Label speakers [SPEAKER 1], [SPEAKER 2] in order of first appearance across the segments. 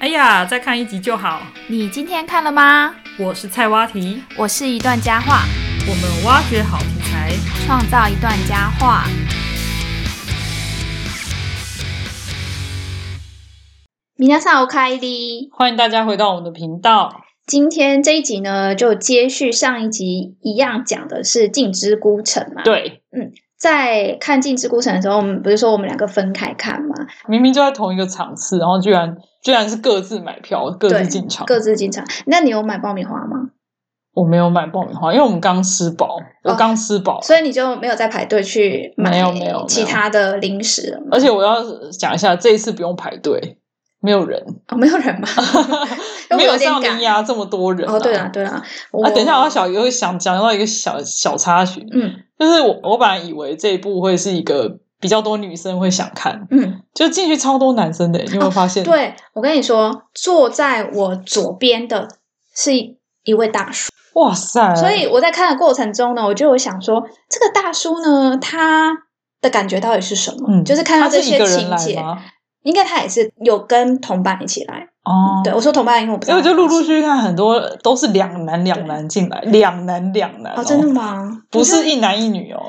[SPEAKER 1] 哎呀，再看一集就好。
[SPEAKER 2] 你今天看了吗？
[SPEAKER 1] 我是菜蛙题，
[SPEAKER 2] 我是一段佳话，
[SPEAKER 1] 我们挖掘好题材。
[SPEAKER 2] 创造一段佳话。
[SPEAKER 3] 皆さんおかえり。
[SPEAKER 1] 欢迎大家回到我们的频道。
[SPEAKER 3] 今天这一集呢，就接续上一集一样，讲的是《镜之孤城》嘛。，
[SPEAKER 1] 对，
[SPEAKER 3] 在看《镜之孤城》的时候，我们不是说我们两个分开看嘛，
[SPEAKER 1] 明明就在同一个场次，然后居然居然是各自买票，各自
[SPEAKER 3] 对
[SPEAKER 1] 进场。
[SPEAKER 3] 各自进场。那你有买爆米花吗？
[SPEAKER 1] 我没有买爆米花，因为我们刚吃饱，
[SPEAKER 3] 哦
[SPEAKER 1] 我刚吃饱。
[SPEAKER 3] 所以你就没有再排队去买
[SPEAKER 1] 哦没有没有
[SPEAKER 3] 其他的零食了吗？
[SPEAKER 1] 而且我要讲一下，这一次不用排队，没有人，
[SPEAKER 3] 哦，没有 人吧？ 因
[SPEAKER 1] 没
[SPEAKER 3] 为我有点
[SPEAKER 1] 像
[SPEAKER 3] 赶
[SPEAKER 1] 林牙这么多人、啊
[SPEAKER 3] 哦，对啦，对啦，我、
[SPEAKER 1] 啊，等一下，我，小又想讲到一个小小插曲，
[SPEAKER 3] 嗯
[SPEAKER 1] 就是我我本来以为这一部会是一个比较多女生会想看，
[SPEAKER 3] 嗯，
[SPEAKER 1] 就进去超多男生的，你有没有发现？，
[SPEAKER 3] 哦对我跟你说，坐在我左边的是一位大叔。
[SPEAKER 1] 哇塞！
[SPEAKER 3] 所以我在看的过程中呢，我就有想说，这个大叔呢，他的感觉到底是什么？
[SPEAKER 1] 嗯
[SPEAKER 3] 就是看到
[SPEAKER 1] 他
[SPEAKER 3] 这
[SPEAKER 1] 是一
[SPEAKER 3] 些
[SPEAKER 1] 个人
[SPEAKER 3] 情
[SPEAKER 1] 来
[SPEAKER 3] 节，嗯
[SPEAKER 1] 吗？
[SPEAKER 3] 应该他也是有跟同伴一起来。
[SPEAKER 1] 哦，
[SPEAKER 3] 对，我说同伴，因为我不知
[SPEAKER 1] 因
[SPEAKER 3] 道
[SPEAKER 1] 为
[SPEAKER 3] 他是。
[SPEAKER 1] 就陆陆续续看很多都是两男两男进来，两男两男
[SPEAKER 3] 哦，真的？吗？
[SPEAKER 1] 不
[SPEAKER 3] 我觉
[SPEAKER 1] 是
[SPEAKER 3] 得。
[SPEAKER 1] 一男一女哦，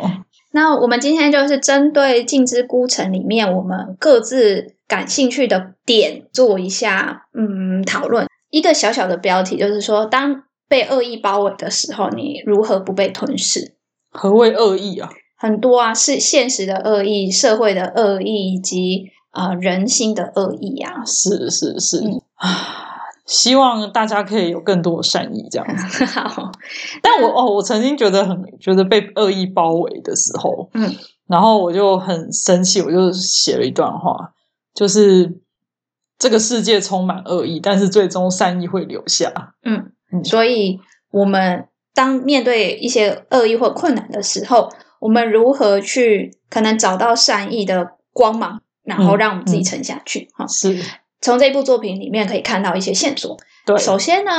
[SPEAKER 3] 那我们今天就是针对《镜之孤城》里面我们各自感兴趣的点做一下嗯讨论。一个小小的标题就是说，当被恶意包围的时候，你如何不被吞噬？
[SPEAKER 1] 何谓恶意啊？
[SPEAKER 3] 很多啊，是现实的恶意、社会的恶意以及呃人心的恶意啊。
[SPEAKER 1] 是是是
[SPEAKER 3] 嗯
[SPEAKER 1] 啊，希望大家可以有更多的善意这 样子。
[SPEAKER 3] 好，
[SPEAKER 1] 但我哦，我曾经觉得很觉得被恶意包围的时候，
[SPEAKER 3] 嗯，
[SPEAKER 1] 然后我就很生气，我就写了一段话，就是这个世界充满恶意，但是最终善意会留下。
[SPEAKER 3] 嗯
[SPEAKER 1] 嗯，
[SPEAKER 3] 所以我们当面对一些恶意或困难的时候，我们如何去可能找到善意的光芒，然后
[SPEAKER 1] 嗯
[SPEAKER 3] 让我们自己
[SPEAKER 1] 嗯
[SPEAKER 3] 撑下去？哈、
[SPEAKER 1] 是
[SPEAKER 3] 从这部作品里面可以看到一些线索。
[SPEAKER 1] 对，
[SPEAKER 3] 首先呢，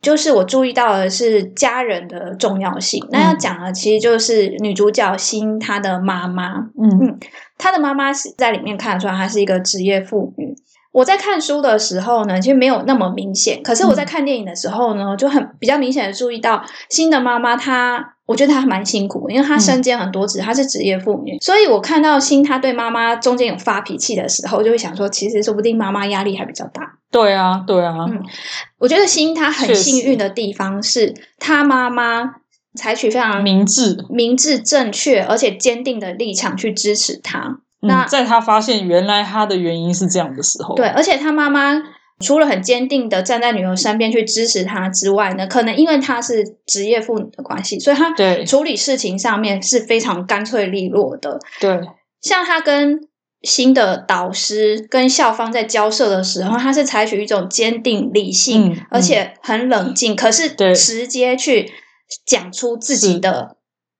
[SPEAKER 3] 就是我注意到的是家人的重要性。那要
[SPEAKER 1] 嗯
[SPEAKER 3] 讲的其实就是女主角新她的妈妈，
[SPEAKER 1] 嗯
[SPEAKER 3] 嗯她的妈妈是在里面看得出来，她是一个职业妇女。我在看书的时候呢，其实没有那么明显，可是我在看电影的时候呢，就很比较明显的注意到新的妈妈她。我觉得她蛮辛苦，因为她身兼很多职，她是职业妇女，所以我看到新她对妈妈中间有发脾气的时候，就会想说，其实说不定妈妈压力还比较大。
[SPEAKER 1] 对啊，对啊，
[SPEAKER 3] 嗯我觉得新她
[SPEAKER 1] 确
[SPEAKER 3] 很
[SPEAKER 1] 实
[SPEAKER 3] 幸运的地方是，她妈妈采取非常
[SPEAKER 1] 明智。
[SPEAKER 3] 明智、正确而且坚定的立场去支持她。那
[SPEAKER 1] 嗯，在他发现原来他的原因是这样的时候，
[SPEAKER 3] 对，，而且他妈妈除了很坚定的站在女儿身边去支持她之外呢，可能因为她是职业妇女的关系，所以她
[SPEAKER 1] 对
[SPEAKER 3] 处理事情上面是非常干脆利落的。
[SPEAKER 1] 对，
[SPEAKER 3] 像她跟新的导师跟校方在交涉的时候，她是采取一种坚定、理性，
[SPEAKER 1] 嗯
[SPEAKER 3] 而且很冷静，可是
[SPEAKER 1] 对
[SPEAKER 3] 直接去讲出自己
[SPEAKER 1] 是
[SPEAKER 3] 的。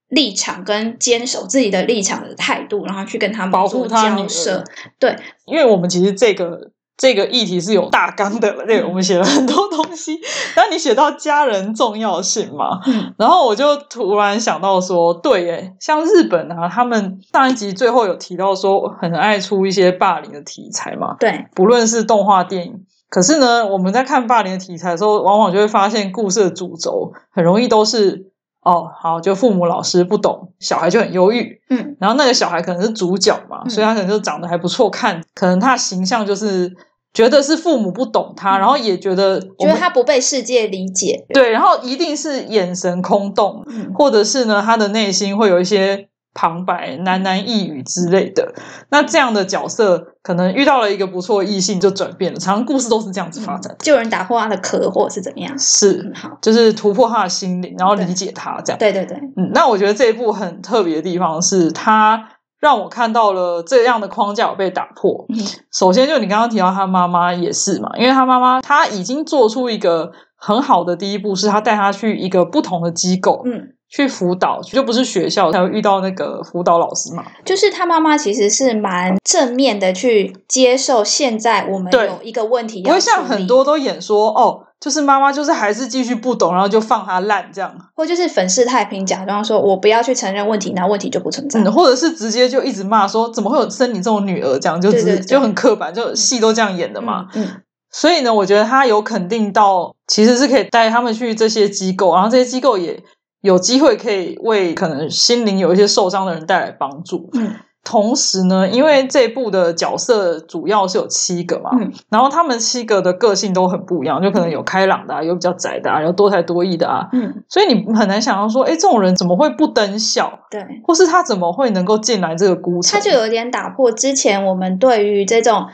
[SPEAKER 3] 立场跟坚守自己的立场的态度，然后去跟他
[SPEAKER 1] 保
[SPEAKER 3] 们
[SPEAKER 1] 护
[SPEAKER 3] 做
[SPEAKER 1] 他女
[SPEAKER 3] 交
[SPEAKER 1] 儿
[SPEAKER 3] 涉，对，
[SPEAKER 1] 因为我们其实这个这个议题是有大纲的，对，我们写了很多东西。然后你写到家人重要性嘛，
[SPEAKER 3] 嗯
[SPEAKER 1] 然后我就突然想到说，对耶，像日本啊，他们上一集最后有提到说，很爱出一些霸凌的题材嘛，
[SPEAKER 3] 对，
[SPEAKER 1] 不论是动画电影。可是呢，我们在看霸凌的题材的时候，往往就会发现故事的主轴很容易都是哦，好，就父母、老师不懂，小孩就很忧郁，
[SPEAKER 3] 嗯，
[SPEAKER 1] 然后那个小孩可能是主角嘛，
[SPEAKER 3] 嗯
[SPEAKER 1] 所以他可能就长得还不错看，可能他的形象就是觉得是父母不懂他，
[SPEAKER 3] 嗯
[SPEAKER 1] 然后也觉得我
[SPEAKER 3] 觉得
[SPEAKER 1] 们
[SPEAKER 3] 他不被世界理解。
[SPEAKER 1] 对，然后一定是眼神空洞，
[SPEAKER 3] 嗯
[SPEAKER 1] 或者是呢他的内心会有一些旁白、喃喃呓语之类的。那这样的角色可能遇到了一个不错的异性就转变了，常常故事都是这样子发展的，
[SPEAKER 3] 就有人打破他的壳，或者是怎么样？
[SPEAKER 1] 是
[SPEAKER 3] 嗯，好，
[SPEAKER 1] 就是突破他的心灵，然后
[SPEAKER 3] 对
[SPEAKER 1] 理解他这样。
[SPEAKER 3] 对对对，
[SPEAKER 1] 嗯，那我觉得这一部很特别的地方是，它让我看到了这样的框架有被打破。
[SPEAKER 3] 嗯
[SPEAKER 1] 首先，就你刚刚提到他妈妈也是嘛，因为他妈妈她已经做出一个很好的第一步，是她带他去一个不同的机构、
[SPEAKER 3] 嗯，
[SPEAKER 1] 去辅导，就不是学校才会遇到那个辅导老师嘛。
[SPEAKER 3] 就是他妈妈其实是蛮正面的去接受现在我们
[SPEAKER 1] 对
[SPEAKER 3] 有一个问题
[SPEAKER 1] 不
[SPEAKER 3] 要
[SPEAKER 1] 会像
[SPEAKER 3] 处理
[SPEAKER 1] 很，多都演说哦，就是妈妈就是还是继续不懂，然后就放他烂这样，
[SPEAKER 3] 或就是粉饰太平，假装说我不要去承认问题，那问题就不存在。
[SPEAKER 1] 嗯，或者是直接就一直骂说怎么会有生你这种女儿这样，就
[SPEAKER 3] 对
[SPEAKER 1] 只
[SPEAKER 3] 对对
[SPEAKER 1] 就很刻板，就戏都这样演的嘛。
[SPEAKER 3] 嗯，嗯
[SPEAKER 1] 所以呢，我觉得他有肯定到，其实是可以带他们去这些机构，然后这些机构也有机会可以为可能心灵有一些受伤的人带来帮助。
[SPEAKER 3] 嗯
[SPEAKER 1] 同时呢，因为这部的角色主要是有七个嘛，
[SPEAKER 3] 嗯
[SPEAKER 1] 然后他们七个的个性都很不一样，就可能有开朗的、啊，有比较宅的、啊，有多才多艺的啊，
[SPEAKER 3] 嗯，
[SPEAKER 1] 所以你很难想象说，哎，这种人怎么会不登校，
[SPEAKER 3] 对。
[SPEAKER 1] 或是他怎么会能够进来这个孤城？
[SPEAKER 3] 他就有点打破之前我们对于这种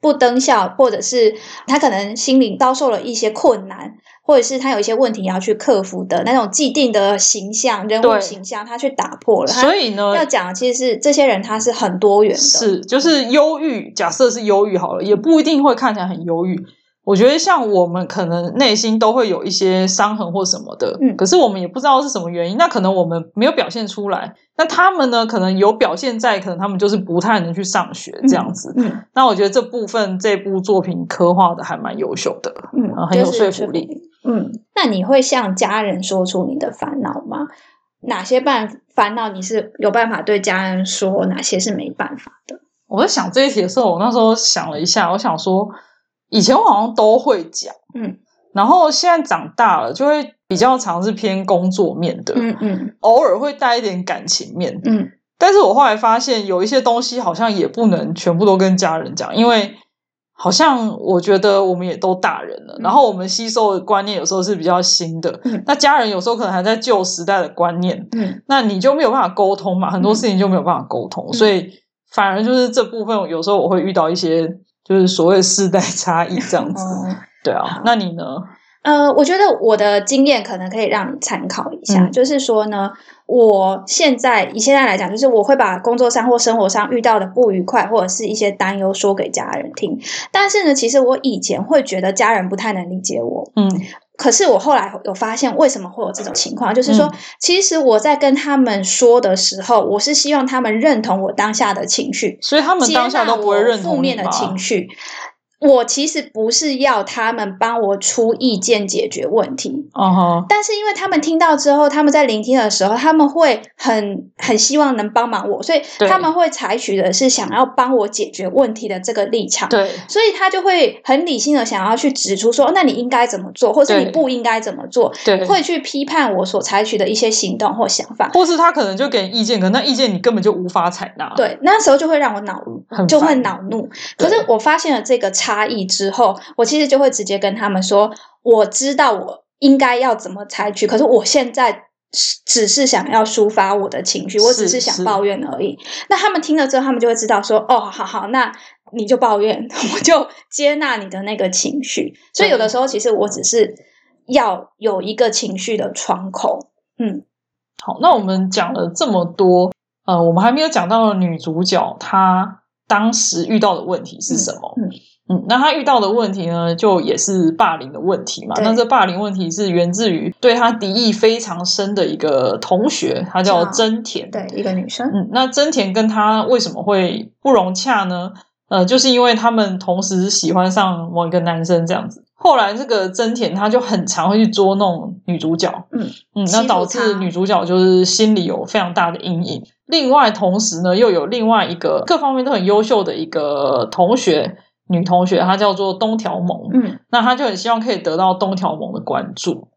[SPEAKER 3] 不登校，或者是他可能心灵遭受了一些困难，或者是他有一些问题要去克服的那种既定的形象、人物
[SPEAKER 1] 对
[SPEAKER 3] 形象，他去打破了。
[SPEAKER 1] 所以呢
[SPEAKER 3] 他，要讲的其实是这些人他是很多元的，
[SPEAKER 1] 是，就是忧郁。假设是忧郁好了，也不一定会看起来很忧郁。我觉得像我们可能内心都会有一些伤痕或什么的，
[SPEAKER 3] 嗯
[SPEAKER 1] 可是我们也不知道是什么原因。那可能我们没有表现出来，那他们呢，可能有表现在，可能他们就是不太能去上学这样子。
[SPEAKER 3] 嗯
[SPEAKER 1] 那我觉得这部分这部作品刻画的还蛮优秀的。
[SPEAKER 3] 嗯
[SPEAKER 1] 啊，很有
[SPEAKER 3] 就是
[SPEAKER 1] 说服力。
[SPEAKER 3] 嗯，那你会向家人说出你的烦恼吗？哪些办烦恼你是有办法对家人说，哪些是没办法的？
[SPEAKER 1] 我在想这一题的时候，我那时候想了一下，我想说，以前我好像都会讲，
[SPEAKER 3] 嗯，
[SPEAKER 1] 然后现在长大了，就会比较常是偏工作面的，
[SPEAKER 3] 嗯嗯
[SPEAKER 1] 偶尔会带一点感情面。
[SPEAKER 3] 嗯
[SPEAKER 1] 但是我后来发现，有一些东西好像也不能全部都跟家人讲，因为好像我觉得我们也都大人了，
[SPEAKER 3] 嗯
[SPEAKER 1] 然后我们吸收的观念有时候是比较新的，
[SPEAKER 3] 嗯
[SPEAKER 1] 那家人有时候可能还在旧时代的观念，
[SPEAKER 3] 嗯
[SPEAKER 1] 那你就没有办法沟通嘛，很多事情就没有办法沟通，
[SPEAKER 3] 嗯
[SPEAKER 1] 所以反而就是这部分，有时候我会遇到一些就是所谓的世代差异这样子。
[SPEAKER 3] 哦。
[SPEAKER 1] 对啊，那你呢？
[SPEAKER 3] 呃，我觉得我的经验可能可以让你参考一下，
[SPEAKER 1] 嗯
[SPEAKER 3] 就是说呢，我现在以现在来讲，就是我会把工作上或生活上遇到的不愉快或者是一些担忧说给家人听，但是呢，其实我以前会觉得家人不太能理解我，
[SPEAKER 1] 嗯
[SPEAKER 3] 可是我后来有发现，为什么会有这种情况？就是说
[SPEAKER 1] 嗯，
[SPEAKER 3] 其实我在跟他们说的时候，我是希望他们认同我当下的情绪，
[SPEAKER 1] 所以他们
[SPEAKER 3] 接
[SPEAKER 1] 当下
[SPEAKER 3] 纳
[SPEAKER 1] 都不会
[SPEAKER 3] 我
[SPEAKER 1] 认同
[SPEAKER 3] 负面
[SPEAKER 1] 你
[SPEAKER 3] 的
[SPEAKER 1] 吧
[SPEAKER 3] 情绪。我其实不是要他们帮我出意见解决问题，
[SPEAKER 1] 嗯哼，
[SPEAKER 3] 但是因为他们听到之后，他们在聆听的时候，他们会很很希望能帮忙我，所以
[SPEAKER 1] 对
[SPEAKER 3] 他们会采取的是想要帮我解决问题的这个立场。
[SPEAKER 1] 对
[SPEAKER 3] 所以他就会很理性的想要去指出说，哦那你应该怎么做，或是
[SPEAKER 1] 对
[SPEAKER 3] 你不应该怎么做，
[SPEAKER 1] 对，
[SPEAKER 3] 会去批判我所采取的一些行动或想法。
[SPEAKER 1] 或是他可能就给你意见，可那意见你根本就无法采纳。，
[SPEAKER 3] 对，那时候就会让我恼
[SPEAKER 1] 嗯很
[SPEAKER 3] 就会
[SPEAKER 1] 烦
[SPEAKER 3] 恼怒。
[SPEAKER 1] 对
[SPEAKER 3] 可是我发现了这个差异之后，我其实就会直接跟他们说，我知道我应该要怎么采取，可是我现在。只只是想要抒发我的情绪，我只
[SPEAKER 1] 是
[SPEAKER 3] 是想
[SPEAKER 1] 是
[SPEAKER 3] 抱怨而已。那他们听了之后，他们就会知道说，哦，好好，那你就抱怨， 我就接纳你的那个情绪。所以有的时候，其实我只是要有一个情绪的窗口。
[SPEAKER 1] 好，那我们讲了这么多，呃，我们还没有讲到女主角她当时遇到的问题是什么。
[SPEAKER 3] 嗯
[SPEAKER 1] 嗯那她遇到的问题呢，就也是霸凌的问题嘛。
[SPEAKER 3] 对
[SPEAKER 1] 那这霸凌问题是源自于对她敌意非常深的一个同学，她叫
[SPEAKER 3] 叫
[SPEAKER 1] 真田。
[SPEAKER 3] 对，一个女生，
[SPEAKER 1] 嗯，那真田跟她为什么会不融洽呢？呃，就是因为他们同时喜欢上某一个男生这样子。后来这个真田他就很常会去捉弄女主角，
[SPEAKER 3] 嗯
[SPEAKER 1] 嗯，
[SPEAKER 3] 欺
[SPEAKER 1] 那
[SPEAKER 3] 负
[SPEAKER 1] 导
[SPEAKER 3] 她
[SPEAKER 1] 致女主角就是心里有非常大的阴影。另外，同时呢，又有另外一个各方面都很优秀的一个同学，女同学，她叫做东条萌，
[SPEAKER 3] 嗯，
[SPEAKER 1] 那她就很希望可以得到东条萌的关注。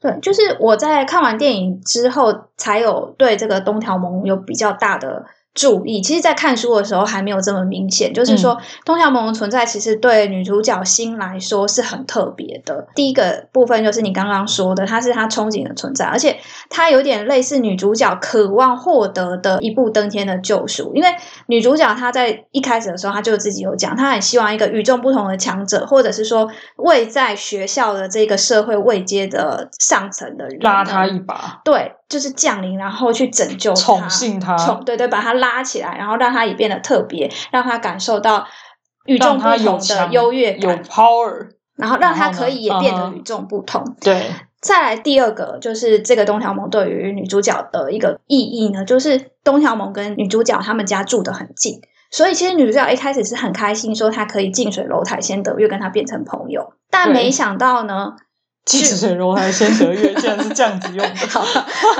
[SPEAKER 3] 对，就是我在看完电影之后，才有对这个东条萌有比较大的注意。其实，在看书的时候还没有这么明显，就是说、东条萌的存在，其实对女主角心来说是很特别的。第一个部分就是你刚刚说的，它是她憧憬的存在，而且它有点类似女主角渴望获得的一步登天的救赎。因为女主角她在一开始的时候，她就自己有讲，她很希望一个与众不同的强者，或者是说位在学校的这个社会位阶的上层的人呢，
[SPEAKER 1] 拉她一把，
[SPEAKER 3] 对，就是降临，然后去拯救她
[SPEAKER 1] 宠幸她，
[SPEAKER 3] 宠对对，把他拉起来，然后让他也变得特别，让他感受到与
[SPEAKER 1] 让
[SPEAKER 3] 众不
[SPEAKER 1] 她有
[SPEAKER 3] 同的
[SPEAKER 1] 强
[SPEAKER 3] 优越
[SPEAKER 1] 有
[SPEAKER 3] 感，
[SPEAKER 1] power。
[SPEAKER 3] 然后让他
[SPEAKER 1] 然后呢
[SPEAKER 3] 可以也变得
[SPEAKER 1] 嗯哼
[SPEAKER 3] 与众不同。
[SPEAKER 1] 对，
[SPEAKER 3] 再来第二个就是这个东条萌对于女主角的一个意义呢，就是东条萌跟女主角他们家住得很近，所以其实女主角一开始是很开心，说她可以近水楼台先得月，跟她变成朋友，但
[SPEAKER 1] 对
[SPEAKER 3] 没想到呢，
[SPEAKER 1] 近水楼台先得月，竟然是这样子用 的。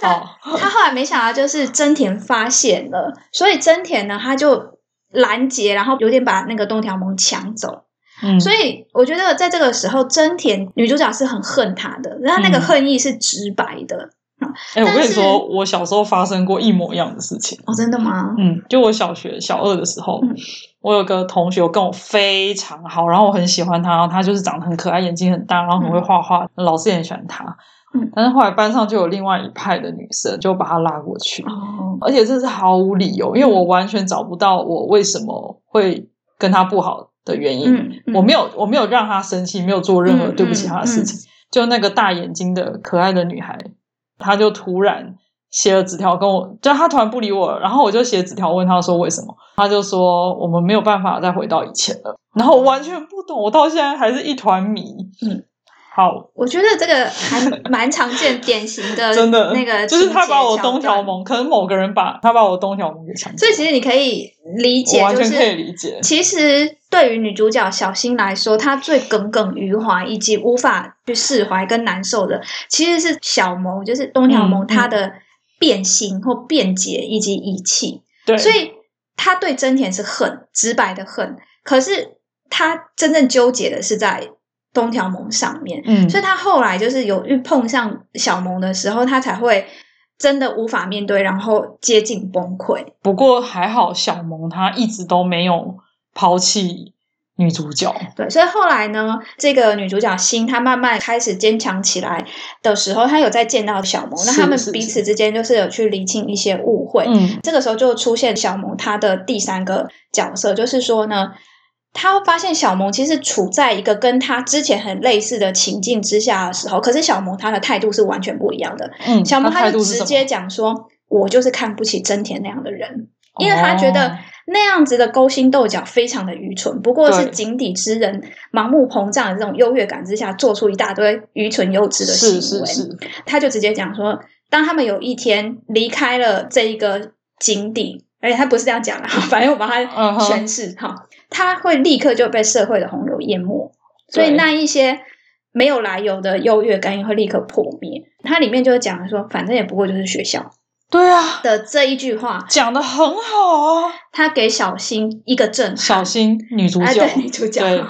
[SPEAKER 1] 好，
[SPEAKER 3] 他后来没想到，就是真田发现了，所以真田呢，他就拦截，然后有点把那个东条萌抢走。
[SPEAKER 1] 嗯，
[SPEAKER 3] 所以我觉得在这个时候，真田女主角是很恨他的，那那个恨意是直白的。
[SPEAKER 1] 哎、我跟
[SPEAKER 3] 但
[SPEAKER 1] 你
[SPEAKER 3] 是
[SPEAKER 1] 说，我小时候发生过一模一样的事情。
[SPEAKER 3] 哦，真的吗？
[SPEAKER 1] 嗯，就我小学小二的时候，
[SPEAKER 3] 嗯
[SPEAKER 1] 我有个同学跟我非常好，然后我很喜欢他，他就是长得很可爱，眼睛很大，然后很会画画，老师也很喜欢他。
[SPEAKER 3] 嗯
[SPEAKER 1] 但是后来班上就有另外一派的女生就把他拉过去，
[SPEAKER 3] 哦，
[SPEAKER 1] 而且这是毫无理由，因为我完全找不到我为什么会跟他不好的原因。
[SPEAKER 3] 嗯，嗯
[SPEAKER 1] 我没有，我没有让他生气，没有做任何
[SPEAKER 3] 嗯
[SPEAKER 1] 对不起他的事情。就那个大眼睛的可爱的女孩，她就突然写了纸条跟我，就她突然不理我了，然后我就写纸条问她说为什么，她就说我们没有办法再回到以前了。然后我完全不懂，我到现在还是一团迷。
[SPEAKER 3] 嗯，
[SPEAKER 1] 好，
[SPEAKER 3] 我觉得这个还蛮常见，典型 的
[SPEAKER 1] 真的
[SPEAKER 3] 呃那个
[SPEAKER 1] 就是他
[SPEAKER 3] 情节
[SPEAKER 1] 把我
[SPEAKER 3] 桥
[SPEAKER 1] 东条
[SPEAKER 3] 段。
[SPEAKER 1] 萌，可能某个人把他把我东条萌给抢走
[SPEAKER 3] 所以，其实你可以理解，
[SPEAKER 1] 我完
[SPEAKER 3] 就
[SPEAKER 1] 全可以
[SPEAKER 3] 是
[SPEAKER 1] 理解。
[SPEAKER 3] 其实对于女主角小新来说，她最耿耿于怀以及无法去释怀跟难受的，其实是小萌，就是东条
[SPEAKER 1] 嗯
[SPEAKER 3] 萌
[SPEAKER 1] 嗯
[SPEAKER 3] 她的变心或辩解以及遗弃。
[SPEAKER 1] 对，
[SPEAKER 3] 所以他对真田是恨，直白的恨。可是他真正纠结的是在东条萌上面，
[SPEAKER 1] 嗯，
[SPEAKER 3] 所以他后来就是有遇碰上小萌的时候，他才会真的无法面对，然后接近崩溃。
[SPEAKER 1] 不过还好，小萌她一直都没有抛弃女主角。
[SPEAKER 3] 对，所以后来呢，这个女主角心她慢慢开始坚强起来的时候，她有再见到小萌，那
[SPEAKER 1] 是
[SPEAKER 3] 他们
[SPEAKER 1] 是
[SPEAKER 3] 彼
[SPEAKER 1] 是
[SPEAKER 3] 此之间就是有去厘清一些误会。
[SPEAKER 1] 嗯
[SPEAKER 3] 这个时候就出现小萌她的第三个角色，就是说呢，他发现小萌其实处在一个跟他之前很类似的情境之下的时候，可是小萌她的态度是完全不一样的。
[SPEAKER 1] 嗯，
[SPEAKER 3] 小萌
[SPEAKER 1] 她
[SPEAKER 3] 她
[SPEAKER 1] 态
[SPEAKER 3] 就
[SPEAKER 1] 度是
[SPEAKER 3] 直
[SPEAKER 1] 什
[SPEAKER 3] 接
[SPEAKER 1] 么，
[SPEAKER 3] 讲说：“我就是看不起真田那样的人。”因为她觉
[SPEAKER 1] 哦
[SPEAKER 3] 得那样子的勾心斗角非常的愚蠢，不过是
[SPEAKER 1] 对
[SPEAKER 3] 井底之人盲目膨胀的这种优越感之下，做出一大堆愚蠢幼稚的行
[SPEAKER 1] 是
[SPEAKER 3] 为。
[SPEAKER 1] 是是，
[SPEAKER 3] 他就直接讲说，当他们有一天离开了这一个井底，而且他不是这样讲的， 反正我把它
[SPEAKER 1] 嗯哼
[SPEAKER 3] 诠释哈，他会立刻就被社会的洪流淹没，所以
[SPEAKER 1] 对
[SPEAKER 3] 那一些没有来由的优越感也会立刻破灭。它里面就讲说，反正也不过就是学校
[SPEAKER 1] 对啊，
[SPEAKER 3] 的这一句话，
[SPEAKER 1] 讲的很好啊。
[SPEAKER 3] 他给小新一个震撼。
[SPEAKER 1] 小新女主
[SPEAKER 3] 啊，
[SPEAKER 1] 角，
[SPEAKER 3] 对女主角
[SPEAKER 1] 对，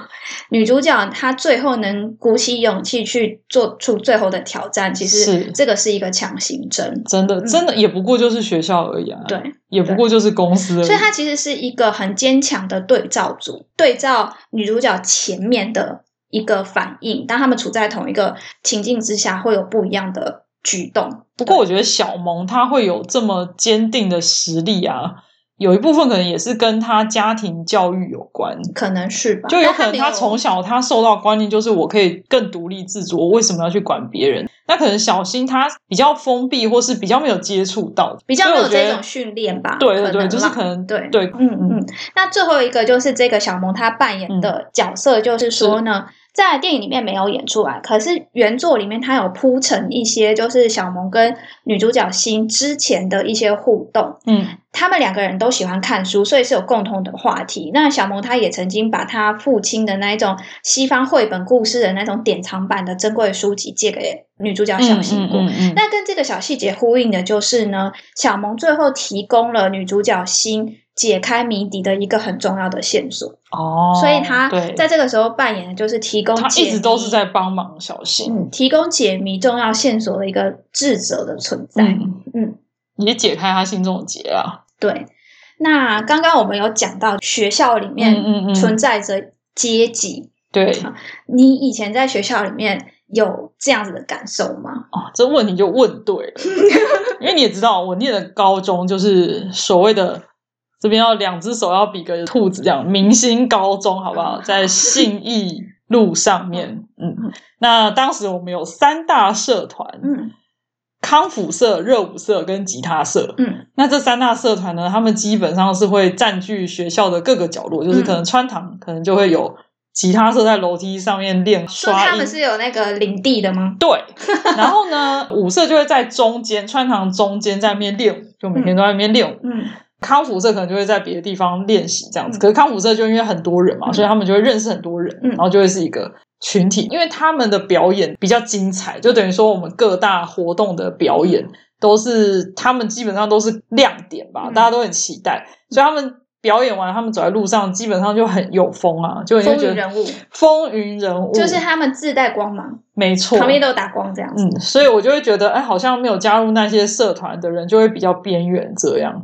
[SPEAKER 3] 女主角她最后能鼓起勇气去做出最后的挑战，其实
[SPEAKER 1] 是
[SPEAKER 3] 这个是一个强行针。
[SPEAKER 1] 真的真的也不过就是学校而已啊，
[SPEAKER 3] 嗯对，，
[SPEAKER 1] 也不过就是公司而已。
[SPEAKER 3] 所以它其实是一个很坚强的对照组，对照女主角前面的一个反应。当他们处在同一个情境之下，会有不一样的举动。
[SPEAKER 1] 不过我觉得小萌她会有这么坚定的实力啊，有一部分可能也是跟她家庭教育有关。
[SPEAKER 3] 可能是 吧，
[SPEAKER 1] 就有
[SPEAKER 3] 但
[SPEAKER 1] 可能
[SPEAKER 3] 没有
[SPEAKER 1] 他从小他受到观念就是我可以更独立自主，我为什么要去管别人？那可能小新他比较封闭，或是比较没有接触到，
[SPEAKER 3] 比较没
[SPEAKER 1] 所以
[SPEAKER 3] 有
[SPEAKER 1] 我
[SPEAKER 3] 这
[SPEAKER 1] 觉
[SPEAKER 3] 种
[SPEAKER 1] 得
[SPEAKER 3] 训练吧。
[SPEAKER 1] 对对
[SPEAKER 3] 可能
[SPEAKER 1] 对，就是
[SPEAKER 3] 啦
[SPEAKER 1] 可能
[SPEAKER 3] 对
[SPEAKER 1] 对，
[SPEAKER 3] 嗯嗯，那最后一个就是这个小萌她扮演
[SPEAKER 1] 嗯
[SPEAKER 3] 的角色，就是说呢，在电影里面没有演出来，可是原作里面它有铺陈一些，就是小萌跟女主角心之前的一些互动。
[SPEAKER 1] 嗯
[SPEAKER 3] 他们两个人都喜欢看书，所以是有共同的话题。那小萌她也曾经把她父亲的那一种西方绘本故事的那种典藏版的珍贵书籍借给女主角小
[SPEAKER 1] 嗯
[SPEAKER 3] 新
[SPEAKER 1] 嗯
[SPEAKER 3] 过。
[SPEAKER 1] 嗯嗯，
[SPEAKER 3] 那跟这个小细节呼应的就是呢，小萌最后提供了女主角心解开谜底的一个很重要的线索，
[SPEAKER 1] 哦，
[SPEAKER 3] 所以她
[SPEAKER 1] 对，
[SPEAKER 3] 在这个时候扮演的就是提供
[SPEAKER 1] 他
[SPEAKER 3] 解
[SPEAKER 1] 一直都
[SPEAKER 3] 谜
[SPEAKER 1] 是在帮忙小新，
[SPEAKER 3] 嗯提供解谜重要线索的一个智者的存在。
[SPEAKER 1] 嗯
[SPEAKER 3] 嗯
[SPEAKER 1] 也解开他心中的结啊，
[SPEAKER 3] 对，那刚刚我们有讲到学校里
[SPEAKER 1] 嗯
[SPEAKER 3] 面
[SPEAKER 1] 嗯嗯，
[SPEAKER 3] 存在着阶级，
[SPEAKER 1] 对
[SPEAKER 3] 你以前在学校里面有这样子的感受吗？
[SPEAKER 1] 哦，这问题就问对 了，因为你也知道，我念的高中就是所谓的这边要两只手要比个兔子这样，明星高中好不好？
[SPEAKER 3] 嗯
[SPEAKER 1] 在信义路上面，嗯，那当时我们有三大社团，
[SPEAKER 3] 嗯
[SPEAKER 1] 康复社、热舞社跟吉他社。
[SPEAKER 3] 嗯
[SPEAKER 1] 那这三大社团呢，他们基本上是会占据学校的各个角落，
[SPEAKER 3] 嗯
[SPEAKER 1] 就是可能穿堂可能就会有吉他社在楼梯上面练
[SPEAKER 3] 所以
[SPEAKER 1] 刷
[SPEAKER 3] 他
[SPEAKER 1] 音，
[SPEAKER 3] 们是有那个领地的吗？
[SPEAKER 1] 对，然后 呢，舞社就会在中间穿堂中间在那边练舞，就每天都在那边练舞。
[SPEAKER 3] 嗯
[SPEAKER 1] 康复社可能就会在别的地方练习这样子，
[SPEAKER 3] 嗯
[SPEAKER 1] 可是康复社就因为很多人嘛，
[SPEAKER 3] 嗯
[SPEAKER 1] 所以他们就会认识很多人，
[SPEAKER 3] 嗯
[SPEAKER 1] 然后就会是一个群体，因为他们的表演比较精彩，就等于说我们各大活动的表演都是他们基本上都是亮点吧，
[SPEAKER 3] 嗯
[SPEAKER 1] 大家都很期待，所以他们。表演完，他们走在路上，基本上就很有风啊，就你会
[SPEAKER 3] 风
[SPEAKER 1] 觉
[SPEAKER 3] 云
[SPEAKER 1] 得
[SPEAKER 3] 人物，
[SPEAKER 1] 风云人物
[SPEAKER 3] 就是他们自带光芒，
[SPEAKER 1] 没错，
[SPEAKER 3] 旁边都有打光这样子。
[SPEAKER 1] 嗯，所以我就会觉得，哎，好像没有加入那些社团的人就会比较边缘这样。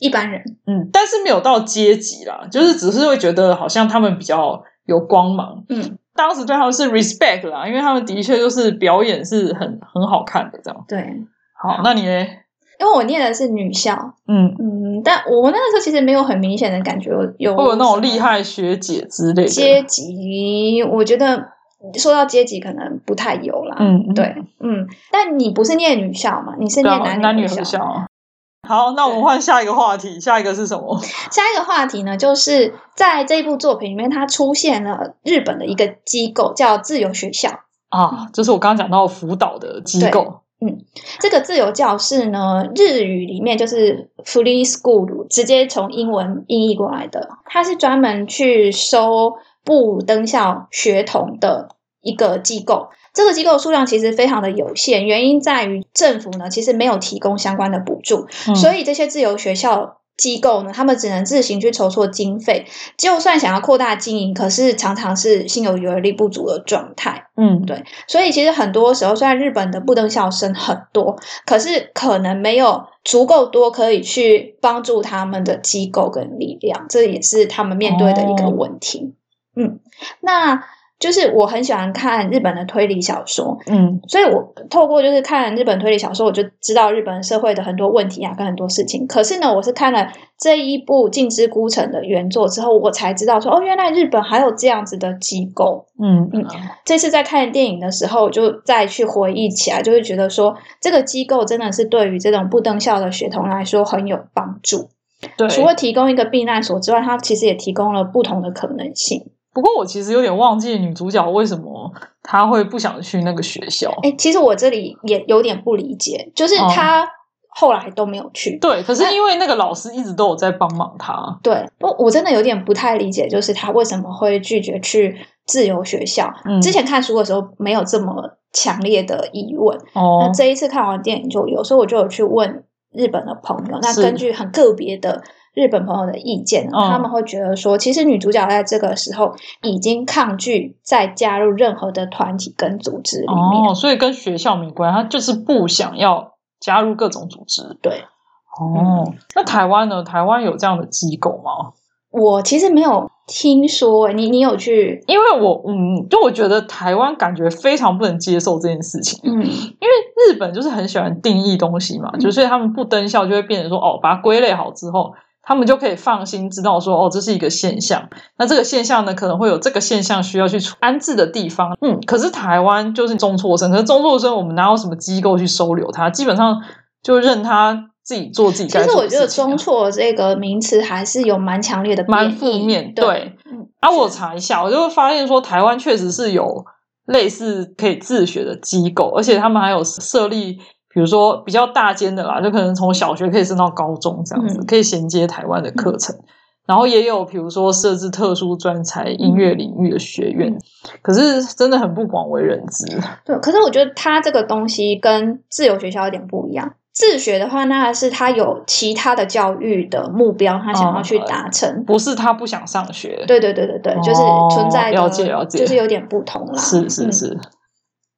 [SPEAKER 3] 一般人，
[SPEAKER 1] 嗯，但是没有到阶级啦，就是只是会觉得好像他们比较有光芒。
[SPEAKER 3] 嗯，
[SPEAKER 1] 当时对他们是 respect 啦，因为他们的确就是表演是很很好看的这样。
[SPEAKER 3] 对，
[SPEAKER 1] 好，那你呢？
[SPEAKER 3] 因为我念的是女校，
[SPEAKER 1] 嗯，
[SPEAKER 3] 嗯，但我那个时候其实没有很明显的感觉有有
[SPEAKER 1] 会有哦那种厉
[SPEAKER 3] 害。
[SPEAKER 1] 害学姐之类的。嗯
[SPEAKER 3] 阶级，我觉得说到阶级可能不太有啦。，
[SPEAKER 1] 嗯，嗯
[SPEAKER 3] 对，嗯，但你不是念女校嘛？你是
[SPEAKER 1] 对
[SPEAKER 3] 念
[SPEAKER 1] 啊，
[SPEAKER 3] 男
[SPEAKER 1] 男女合
[SPEAKER 3] 校。
[SPEAKER 1] 校啊。好，那我们换下一个话题，下一个是什么？
[SPEAKER 3] 下一个话题呢，就是在这部作品里面，它出现了日本的一个机构叫自由学校。
[SPEAKER 1] 啊，就是我刚刚讲到辅导的机
[SPEAKER 3] 对
[SPEAKER 1] 构。
[SPEAKER 3] 这个自由教室呢，日语里面就是 free school，直接从英文音译过来的。它是专门去收不登校学童的一个机构。这个机构数量其实非常的有限，原因在于政府呢其实没有提供相关的补助，
[SPEAKER 1] 嗯
[SPEAKER 3] 所以这些自由学校。机构呢，他们只能自行去筹措经费，就算想要扩大经营，可是常常是心有余而力不足的状态。
[SPEAKER 1] 嗯，
[SPEAKER 3] 对所以其实很多时候，虽然日本的不登校生很多，可是可能没有足够多可以去帮助他们的机构跟力量，这也是他们面对的一个问题。嗯，那就是我很喜欢看日本的推理小说，
[SPEAKER 1] 嗯
[SPEAKER 3] 所以我透过就是看日本推理小说，我就知道日本社会的很多问题啊，跟很多事情。可是呢，我是看了这一部《镜之孤城》的原作之后，我才知道说，哦，原来日本还有这样子的机构。
[SPEAKER 1] 嗯
[SPEAKER 3] 嗯这次在看电影的时候，就再去回忆起来，就会觉得说，这个机构真的是对于这种不登校的学童来说很有帮助。
[SPEAKER 1] 对。
[SPEAKER 3] 除了提供一个避难所之外，它其实也提供了不同的可能性。
[SPEAKER 1] 不过我其实有点忘记女主角为什么她会不想去那个学校。
[SPEAKER 3] 哎，其实我这里也有点不理解，就是
[SPEAKER 1] 嗯哦
[SPEAKER 3] 他后来都没有去。
[SPEAKER 1] 对，可是因为那个老师一直都有在帮忙她。
[SPEAKER 3] 对，不，我真的有点不太理解，就是他为什么会拒绝去自由学校。
[SPEAKER 1] 嗯
[SPEAKER 3] 之前看书的时候没有这么强烈的疑问，那
[SPEAKER 1] 哦，
[SPEAKER 3] 这一次看完电影就有，所以我就有去问日本的朋友。那
[SPEAKER 1] 是
[SPEAKER 3] 根据很个别的日本朋友的意见呢，啊
[SPEAKER 1] 嗯
[SPEAKER 3] 他们会觉得说，其实女主角在这个时候已经抗拒再加入任何的团体跟组织里面。
[SPEAKER 1] 哦，所以跟学校没关，她就是不想要加入各种组织。
[SPEAKER 3] 对
[SPEAKER 1] 哦，那台湾呢？台湾有这样的机构吗？
[SPEAKER 3] 我其实没有听说、欸你你有去？
[SPEAKER 1] 因为我嗯，就我觉得台湾感觉非常不能接受这件事情，
[SPEAKER 3] 嗯，
[SPEAKER 1] 因为日本就是很喜欢定义东西嘛，就所以他们不登校就会变成说哦，把它归类好之后，他们就可以放心知道说哦，这是一个现象。那这个现象呢，可能会有这个现象需要去处安置的地方。嗯，可是台湾就是中辍生，可是中辍生我们哪有什么机构去收留他？基本上就任他自己做自己
[SPEAKER 3] 其
[SPEAKER 1] 该
[SPEAKER 3] 实
[SPEAKER 1] 做
[SPEAKER 3] 我
[SPEAKER 1] 的
[SPEAKER 3] 觉得
[SPEAKER 1] 事情啊、
[SPEAKER 3] 中辍这个名词还是有蛮强烈的
[SPEAKER 1] 蛮
[SPEAKER 3] 贬
[SPEAKER 1] 负
[SPEAKER 3] 义
[SPEAKER 1] 面，
[SPEAKER 3] 对。
[SPEAKER 1] 对
[SPEAKER 3] 嗯
[SPEAKER 1] 啊，我查一下，我就发现说，台湾确实是有类似可以自学的机构，而且他们还有设立，比如说比较大间的啦，就可能从小学可以升到高中这样子，
[SPEAKER 3] 嗯
[SPEAKER 1] 可以衔接台湾的课程。然后也有，比如说设置特殊专才音乐领域的学院，可是真的很不广为人知。
[SPEAKER 3] 对，可是我觉得它这个东西跟自由学校有点不一样。自学的话，那是他有其他的教育的目标，他
[SPEAKER 1] 哦
[SPEAKER 3] 想要去达成。
[SPEAKER 1] 不是他不想上学，
[SPEAKER 3] 对对对对对，就是
[SPEAKER 1] 哦
[SPEAKER 3] 存在的，
[SPEAKER 1] 了解了解
[SPEAKER 3] 就是有点不同啦。
[SPEAKER 1] 是是
[SPEAKER 3] 嗯
[SPEAKER 1] 是。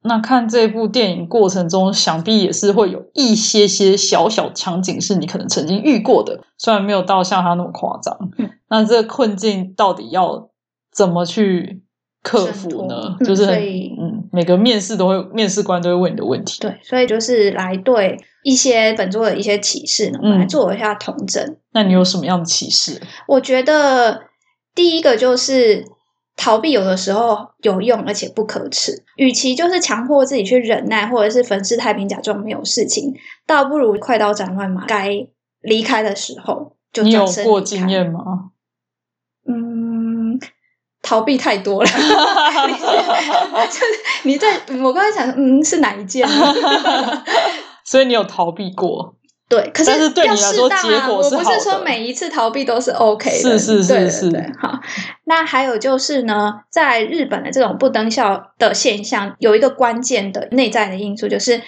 [SPEAKER 1] 那看这部电影过程中，想必也是会有一些些小小场景是你可能曾经遇过的，虽然没有到像他那么夸张。
[SPEAKER 3] 嗯
[SPEAKER 1] 那这个困境到底要怎么去克服呢
[SPEAKER 3] 挣？脱
[SPEAKER 1] 就是
[SPEAKER 3] 嗯所以
[SPEAKER 1] 嗯，每个面试都会，面试官都会问你的问题。
[SPEAKER 3] 对，所以就是来对一些本作的一些启示呢，我们来
[SPEAKER 1] 嗯
[SPEAKER 3] 做一下统整。
[SPEAKER 1] 那你有什么样的启示？
[SPEAKER 3] 我觉得第一个就是逃避，有的时候有用而且不可耻。与其就是强迫自己去忍耐，或者是粉饰太平，假装没有事情，倒不如快刀斩乱麻，该离开的时候就
[SPEAKER 1] 你有
[SPEAKER 3] 转身
[SPEAKER 1] 过
[SPEAKER 3] 离开
[SPEAKER 1] 经？验吗？
[SPEAKER 3] 嗯，逃避太多了。 就是你在，嗯我刚才想说，嗯，是哪一件呢？
[SPEAKER 1] 所以你有逃避过？
[SPEAKER 3] 对，可是
[SPEAKER 1] 但是对你
[SPEAKER 3] 要
[SPEAKER 1] 来
[SPEAKER 3] 适
[SPEAKER 1] 说
[SPEAKER 3] 当啊，
[SPEAKER 1] 结果
[SPEAKER 3] 我
[SPEAKER 1] 是
[SPEAKER 3] 不
[SPEAKER 1] 好的
[SPEAKER 3] 是说每一次逃避都是 OK 的，
[SPEAKER 1] 是是是
[SPEAKER 3] 对对
[SPEAKER 1] 是
[SPEAKER 3] 对好。那还有就是呢，在日本的这种不登校的现象，有一个关键的内在的因素，就是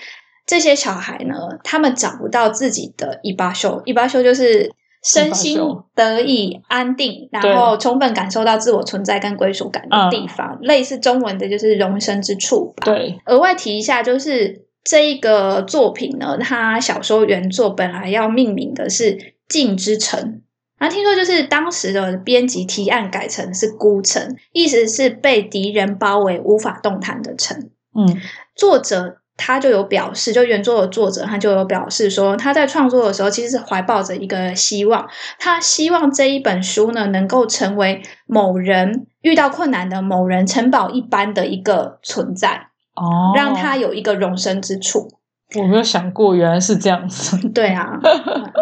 [SPEAKER 3] 这些小孩呢，他们找不到自己的一把袖，一把袖就是身心得以安定，然后充分感受到自我存在跟归属感
[SPEAKER 1] 嗯
[SPEAKER 3] 的地方，类似中文的就是容身之处吧。
[SPEAKER 1] 对，
[SPEAKER 3] 额外提一下，就是这一个作品呢，它小说原作本来要命名的是《镜之城》，然后听说就是当时的编辑提案改成是“孤城”，意思是被敌人包围无法动弹的城。
[SPEAKER 1] 嗯
[SPEAKER 3] 作者他就有表示，就原作的作者他就有表示说，他在创作的时候其实是怀抱着一个希望，他希望这一本书呢能够成为某人遇到困难的某人城堡一般的一个存在。
[SPEAKER 1] 哦，
[SPEAKER 3] 让他有一个容身之处。
[SPEAKER 1] 我没有想过原来是这样子，
[SPEAKER 3] 对啊， 嗯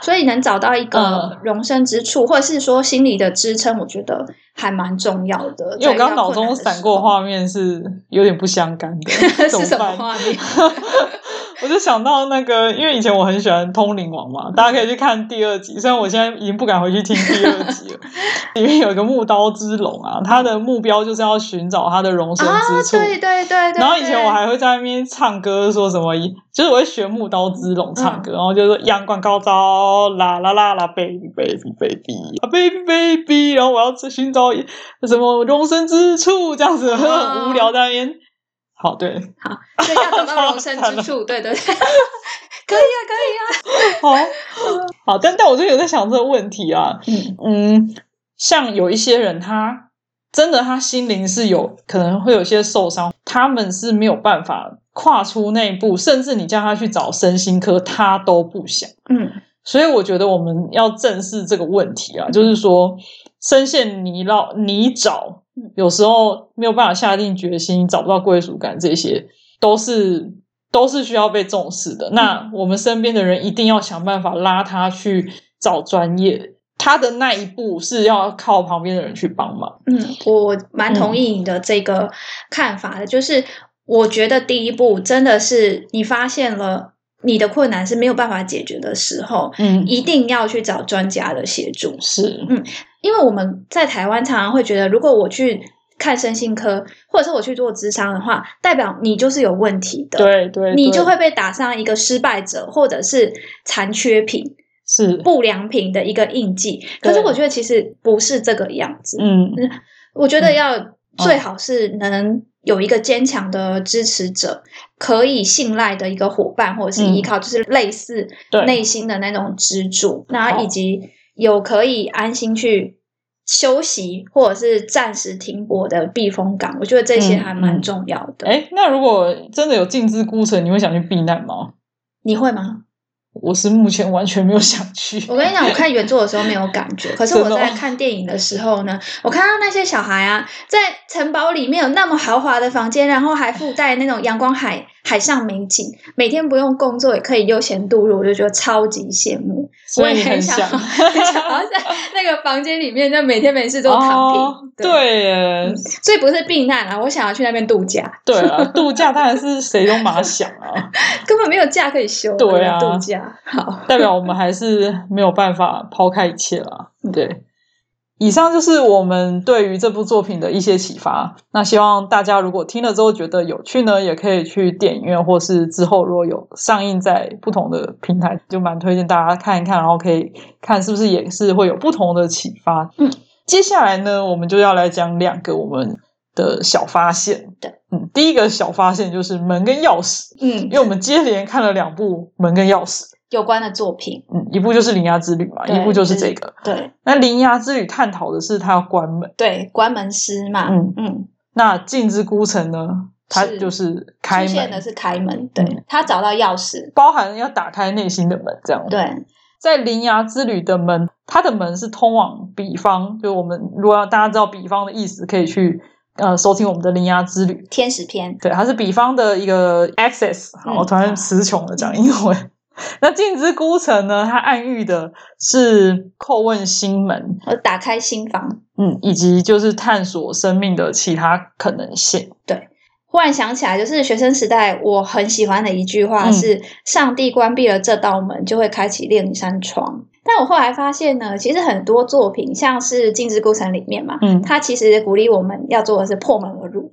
[SPEAKER 3] 所以能找到一个
[SPEAKER 1] 嗯
[SPEAKER 3] 容身之处，或者是说心理的支撑，我觉得还蛮重要的。
[SPEAKER 1] 因为我刚刚脑
[SPEAKER 3] 在遇到困难
[SPEAKER 1] 中
[SPEAKER 3] 的时候
[SPEAKER 1] 闪过画面是有点不相干的， 怎
[SPEAKER 3] 是什么
[SPEAKER 1] 办
[SPEAKER 3] 画面？
[SPEAKER 1] 我就想到那个，因为以前我很喜欢《通灵王》嘛，大家可以去看第二集。虽然我现在已经不敢回去听第二 集了，里面有一个木刀之龙啊，他的目标就是要寻找他的容身
[SPEAKER 3] 啊
[SPEAKER 1] 之，处。
[SPEAKER 3] 对对对对。
[SPEAKER 1] 然后以前我
[SPEAKER 3] 对
[SPEAKER 1] 还会在那边唱歌，说什么，就是我会学木刀之龙唱歌，然后就说阳光高照，啦啦啦啦，baby baby baby 啊 baby baby，然后我要寻找什么容身之处，这样子很无聊在那边。好，对，
[SPEAKER 3] 对要找到容身 之处，对对对，可以啊，
[SPEAKER 1] 好，好，但但我就有在想这个问题啊，
[SPEAKER 3] 可以啊。嗯，
[SPEAKER 1] 嗯，像有一些人他真的他心灵是有可能会有些受伤，他们是没有办法跨出那一步，甚至你叫他去找身心科，他都不想。
[SPEAKER 3] 嗯，
[SPEAKER 1] 所以我觉得我们要正视这个问题啊，就是说深陷泥淖泥沼
[SPEAKER 3] 嗯，
[SPEAKER 1] 有时候没有办法下定决心，找不到归属感，这些都是都是需要被重视的。那
[SPEAKER 3] 嗯
[SPEAKER 1] 我们身边的人一定要想办法拉他去找专业，他的那一步是要靠旁边的人去帮忙。
[SPEAKER 3] 嗯，我蛮同意你的这个看法的，就是我觉得第一步真的是你发现了你的困难是没有办法解决的时候，
[SPEAKER 1] 嗯，
[SPEAKER 3] 一定要去找专家的协助，
[SPEAKER 1] 是，
[SPEAKER 3] 因为我们在台湾常常会觉得，如果我去看身心科，或者是我去做智商的话，代表你就是有问题的，
[SPEAKER 1] 对对，
[SPEAKER 3] 你
[SPEAKER 1] 对
[SPEAKER 3] 就会被打上一个失败者或者是残缺品、
[SPEAKER 1] 是，
[SPEAKER 3] 不良品的一个印记。可是我觉得其实不是这个样子，
[SPEAKER 1] 嗯
[SPEAKER 3] 我觉得要最好是能有一个坚强的支持者，可以信赖的一个伙伴或者是依
[SPEAKER 1] 嗯
[SPEAKER 3] 靠，就是类似
[SPEAKER 1] 对
[SPEAKER 3] 内心的那种支柱，那以及有可以安心去休息或者是暂时停泊的避风港。我觉得这些还蛮重要的。
[SPEAKER 1] 哎，那如果真的有禁之孤城，你会想去避难吗？
[SPEAKER 3] 你会吗？
[SPEAKER 1] 我是目前完全没有想去。
[SPEAKER 3] 我跟你讲，我看原作的时候没有感觉，可是
[SPEAKER 1] 真
[SPEAKER 3] 我
[SPEAKER 1] 的哦
[SPEAKER 3] 在看电影的时候呢，我看到那些小孩啊，在城堡里面有那么豪华的房间，然后还附带那种阳光海海上美景，每天不用工作也可以悠闲度日，我就觉得超级羡慕。
[SPEAKER 1] 所以
[SPEAKER 3] 我
[SPEAKER 1] 你
[SPEAKER 3] 也很
[SPEAKER 1] 很
[SPEAKER 3] 想，
[SPEAKER 1] 想
[SPEAKER 3] 很想要在那个房间里面，就每天没事都躺平。
[SPEAKER 1] 哦、对耶，
[SPEAKER 3] 所以不是避难啊，我想要去那边度假，
[SPEAKER 1] 对啊，度假当然是谁都马想啊，
[SPEAKER 3] 根本没有假可以休，
[SPEAKER 1] 对啊
[SPEAKER 3] 度假 好，
[SPEAKER 1] 代表我们还是没有办法抛开一切啦。对，以上就是我们对于这部作品的一些启发。那希望大家如果听了之后觉得有趣呢，也可以去电影院，或是之后如果有上映在不同的平台，就蛮推荐大家看一看，然后可以看是不是也是会有不同的启发。
[SPEAKER 3] 嗯，
[SPEAKER 1] 接下来呢，我们就要来讲两个我们的小发现。
[SPEAKER 3] 对，
[SPEAKER 1] 嗯，第一个小发现就是门跟钥匙，
[SPEAKER 3] 嗯
[SPEAKER 1] 因，为我们接连看了两部门跟钥匙。
[SPEAKER 3] 有关的作品，
[SPEAKER 1] 嗯，一部就是《铃芽之旅》嘛，
[SPEAKER 3] 对
[SPEAKER 1] 一部就是这个。
[SPEAKER 3] 对
[SPEAKER 1] 那《铃芽之旅》探讨的是他要关门，
[SPEAKER 3] 对，关门师嘛，
[SPEAKER 1] 嗯
[SPEAKER 3] 嗯，
[SPEAKER 1] 那《镜之孤城》呢，它
[SPEAKER 3] 是
[SPEAKER 1] 就是开
[SPEAKER 3] 出现的
[SPEAKER 1] 门，
[SPEAKER 3] 是开门，对
[SPEAKER 1] 嗯
[SPEAKER 3] 他找到钥匙，
[SPEAKER 1] 包含要打开内心的门，这样。
[SPEAKER 3] 对，
[SPEAKER 1] 在《铃芽之旅》的门，它的门是通往彼方，就我们如果要大家知道彼方的意思，可以去呃收听我们的《铃芽之旅》。
[SPEAKER 3] 天使篇，
[SPEAKER 1] 对，它是比方的一个 access。
[SPEAKER 3] 嗯
[SPEAKER 1] 好，我突然词穷了讲英文。 那镜之孤城呢？它暗喻的是叩问心门，
[SPEAKER 3] 我打开心房，
[SPEAKER 1] 嗯，以及就是探索生命的其他可能性。
[SPEAKER 3] 忽然想起来，就是学生时代我很喜欢的一句话
[SPEAKER 1] 嗯
[SPEAKER 3] 是：“上帝关闭了这道门，就会开启另一扇窗。”但我后来发现呢，其实很多作品，像是《镜之孤城》里面嘛，
[SPEAKER 1] 嗯
[SPEAKER 3] 它其实鼓励我们要做的是破门而入，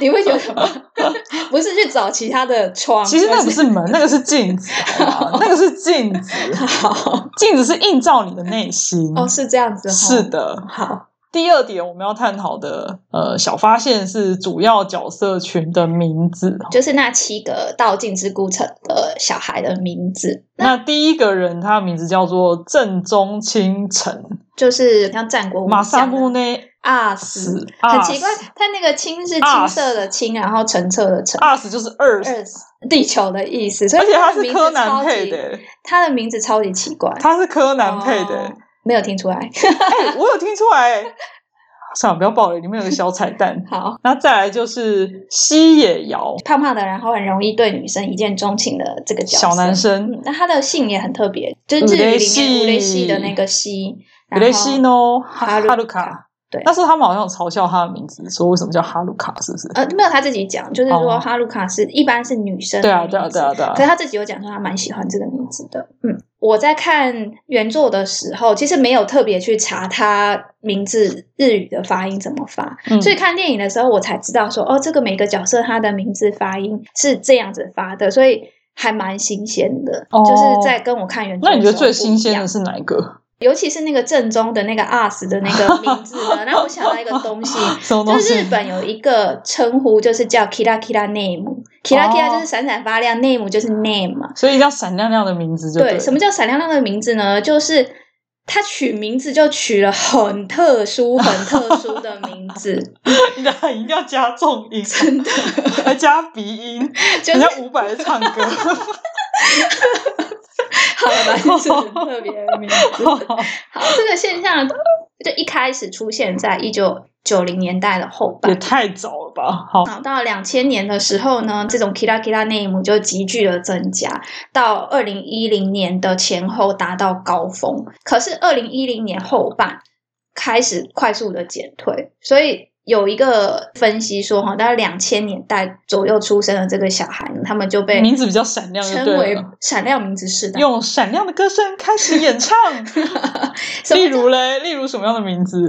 [SPEAKER 3] 你会觉得吗？ 不是去找其他的窗。
[SPEAKER 1] 其实那
[SPEAKER 3] 而
[SPEAKER 1] 不是门，那个是镜子，好吗那个是镜子，
[SPEAKER 3] 好
[SPEAKER 1] 镜子是映照你的内心。
[SPEAKER 3] 哦，是这样子、哦。
[SPEAKER 1] 是，的。
[SPEAKER 3] 好，
[SPEAKER 1] 第二点我们要探讨的呃小发现是主要角色群的名字。
[SPEAKER 3] 就是那七个道尽之孤城的小孩的名字，
[SPEAKER 1] 那第一个人他的名字叫做正宗清晨，
[SPEAKER 3] 就是像战国武
[SPEAKER 1] 马萨
[SPEAKER 3] 将
[SPEAKER 1] 布
[SPEAKER 3] 的
[SPEAKER 1] 内
[SPEAKER 3] 啊死。
[SPEAKER 1] 死，
[SPEAKER 3] 很奇怪，他那个青是
[SPEAKER 1] 啊
[SPEAKER 3] 青色的青，然后橙色的橙，
[SPEAKER 1] 二十就是二十，
[SPEAKER 3] 二地球的意思，所以
[SPEAKER 1] 啊而且
[SPEAKER 3] 他
[SPEAKER 1] 他
[SPEAKER 3] 的
[SPEAKER 1] 是
[SPEAKER 3] 名
[SPEAKER 1] 柯
[SPEAKER 3] 字
[SPEAKER 1] 南
[SPEAKER 3] 超
[SPEAKER 1] 配
[SPEAKER 3] 级，
[SPEAKER 1] 的，
[SPEAKER 3] 他的名字超级奇怪，
[SPEAKER 1] 他是柯南配的
[SPEAKER 3] 哦。没有听出来。
[SPEAKER 1] 哎，我有听出来。 算了，不要暴雷，里面有个小彩蛋。
[SPEAKER 3] 好，
[SPEAKER 1] 那再来就是西野遥，
[SPEAKER 3] 胖胖的，然后很容易对女生一见钟情的这个角色
[SPEAKER 1] 小男生
[SPEAKER 3] 嗯，那他的姓也很特别，就是日语里面乌雷西的那个西，然后
[SPEAKER 1] 雷西诺哈
[SPEAKER 3] 哈鲁卡
[SPEAKER 1] 哈鲁卡。
[SPEAKER 3] 对
[SPEAKER 1] 那时候他们好像有嘲笑他的名字，说为什么叫哈鲁卡，是不是？
[SPEAKER 3] 呃，没有他自己讲，就是
[SPEAKER 1] 哦
[SPEAKER 3] 说哈鲁卡是、一般是女生的
[SPEAKER 1] 对啊，
[SPEAKER 3] 名
[SPEAKER 1] 对啊，
[SPEAKER 3] 字
[SPEAKER 1] 对啊，对啊
[SPEAKER 3] 可。是他自己有讲说他蛮喜欢这个名字的。嗯，我在看原作的时候，其实没有特别去查他名字日语的发音怎么发，
[SPEAKER 1] 嗯
[SPEAKER 3] 所以看电影的时候我才知道说，哦，这个每个角色他的名字发音是这样子发的，所以。还蛮新鲜的，
[SPEAKER 1] 哦
[SPEAKER 3] 就是在跟我看原作
[SPEAKER 1] 那
[SPEAKER 3] 的时
[SPEAKER 1] 你觉得
[SPEAKER 3] 候不一样。
[SPEAKER 1] 最新鲜的是哪一个？
[SPEAKER 3] 尤其是那个正宗的那个 us 的那个名字 呢，让我想到一个东西，
[SPEAKER 1] 什么
[SPEAKER 3] 就
[SPEAKER 1] 东
[SPEAKER 3] 是
[SPEAKER 1] 西？
[SPEAKER 3] 日本有一个称呼，就是叫 kira kira name，kira kira
[SPEAKER 1] 哦
[SPEAKER 3] 就是闪闪发亮、n a m e 就是 name 嘛。
[SPEAKER 1] 所以要闪亮亮的名字就
[SPEAKER 3] 对，
[SPEAKER 1] 了
[SPEAKER 3] 什么叫闪亮亮的名字呢？就是他取名字就取了很特殊、很特殊的名 字，
[SPEAKER 1] 你的 一定要加重音，
[SPEAKER 3] 真的
[SPEAKER 1] 还加鼻音，
[SPEAKER 3] 就是
[SPEAKER 1] 人家伍佰在唱 歌。
[SPEAKER 3] 好吧，就是很特别的名 字。好，这个现象就一开始出现在一九九零年代的后半
[SPEAKER 1] 也。太早了吧？好，
[SPEAKER 3] 好，到两千年的时候呢，这种 Kira Kira name 就急剧的增加，到二零一零年的前后达到高峰。可是二零一零年后半开始快速的减退，所以有一个分析说，哈，大概两千年代左右出生的这个小孩呢，他们就被
[SPEAKER 1] 名字比较闪亮，就
[SPEAKER 3] 称
[SPEAKER 1] 对
[SPEAKER 3] 为
[SPEAKER 1] 了。
[SPEAKER 3] 闪亮名字世代。
[SPEAKER 1] 用闪亮的歌声开始演唱，
[SPEAKER 3] 什么
[SPEAKER 1] 例如嘞，例如什么样的名字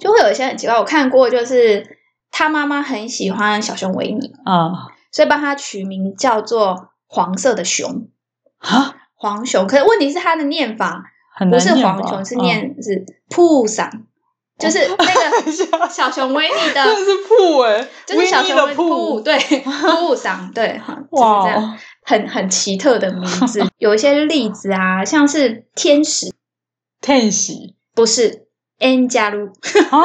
[SPEAKER 3] 就会有一些很奇怪，我看过，就是他妈妈很喜欢小熊维尼，
[SPEAKER 1] 啊？
[SPEAKER 3] 所以帮他取名叫做黄色的熊。
[SPEAKER 1] 啊，
[SPEAKER 3] 黄熊，可是问题是它的念法
[SPEAKER 1] 很
[SPEAKER 3] 不
[SPEAKER 1] 难
[SPEAKER 3] 是
[SPEAKER 1] 念吧嗯
[SPEAKER 3] 黄熊，是念是 铺桑，就是那
[SPEAKER 1] 啊
[SPEAKER 3] 个小熊维尼 的，
[SPEAKER 1] 真的是铺哎，
[SPEAKER 3] 就是小
[SPEAKER 1] 维尼
[SPEAKER 3] 熊
[SPEAKER 1] 的
[SPEAKER 3] 维尼铺，
[SPEAKER 1] 铺，
[SPEAKER 3] 对，铺桑，对，哈就是这样，
[SPEAKER 1] 哇，哦
[SPEAKER 3] 很很奇特的名 字。有一些例子啊，像是天使，
[SPEAKER 1] 天喜
[SPEAKER 3] 不是 N 加入，
[SPEAKER 1] 啊，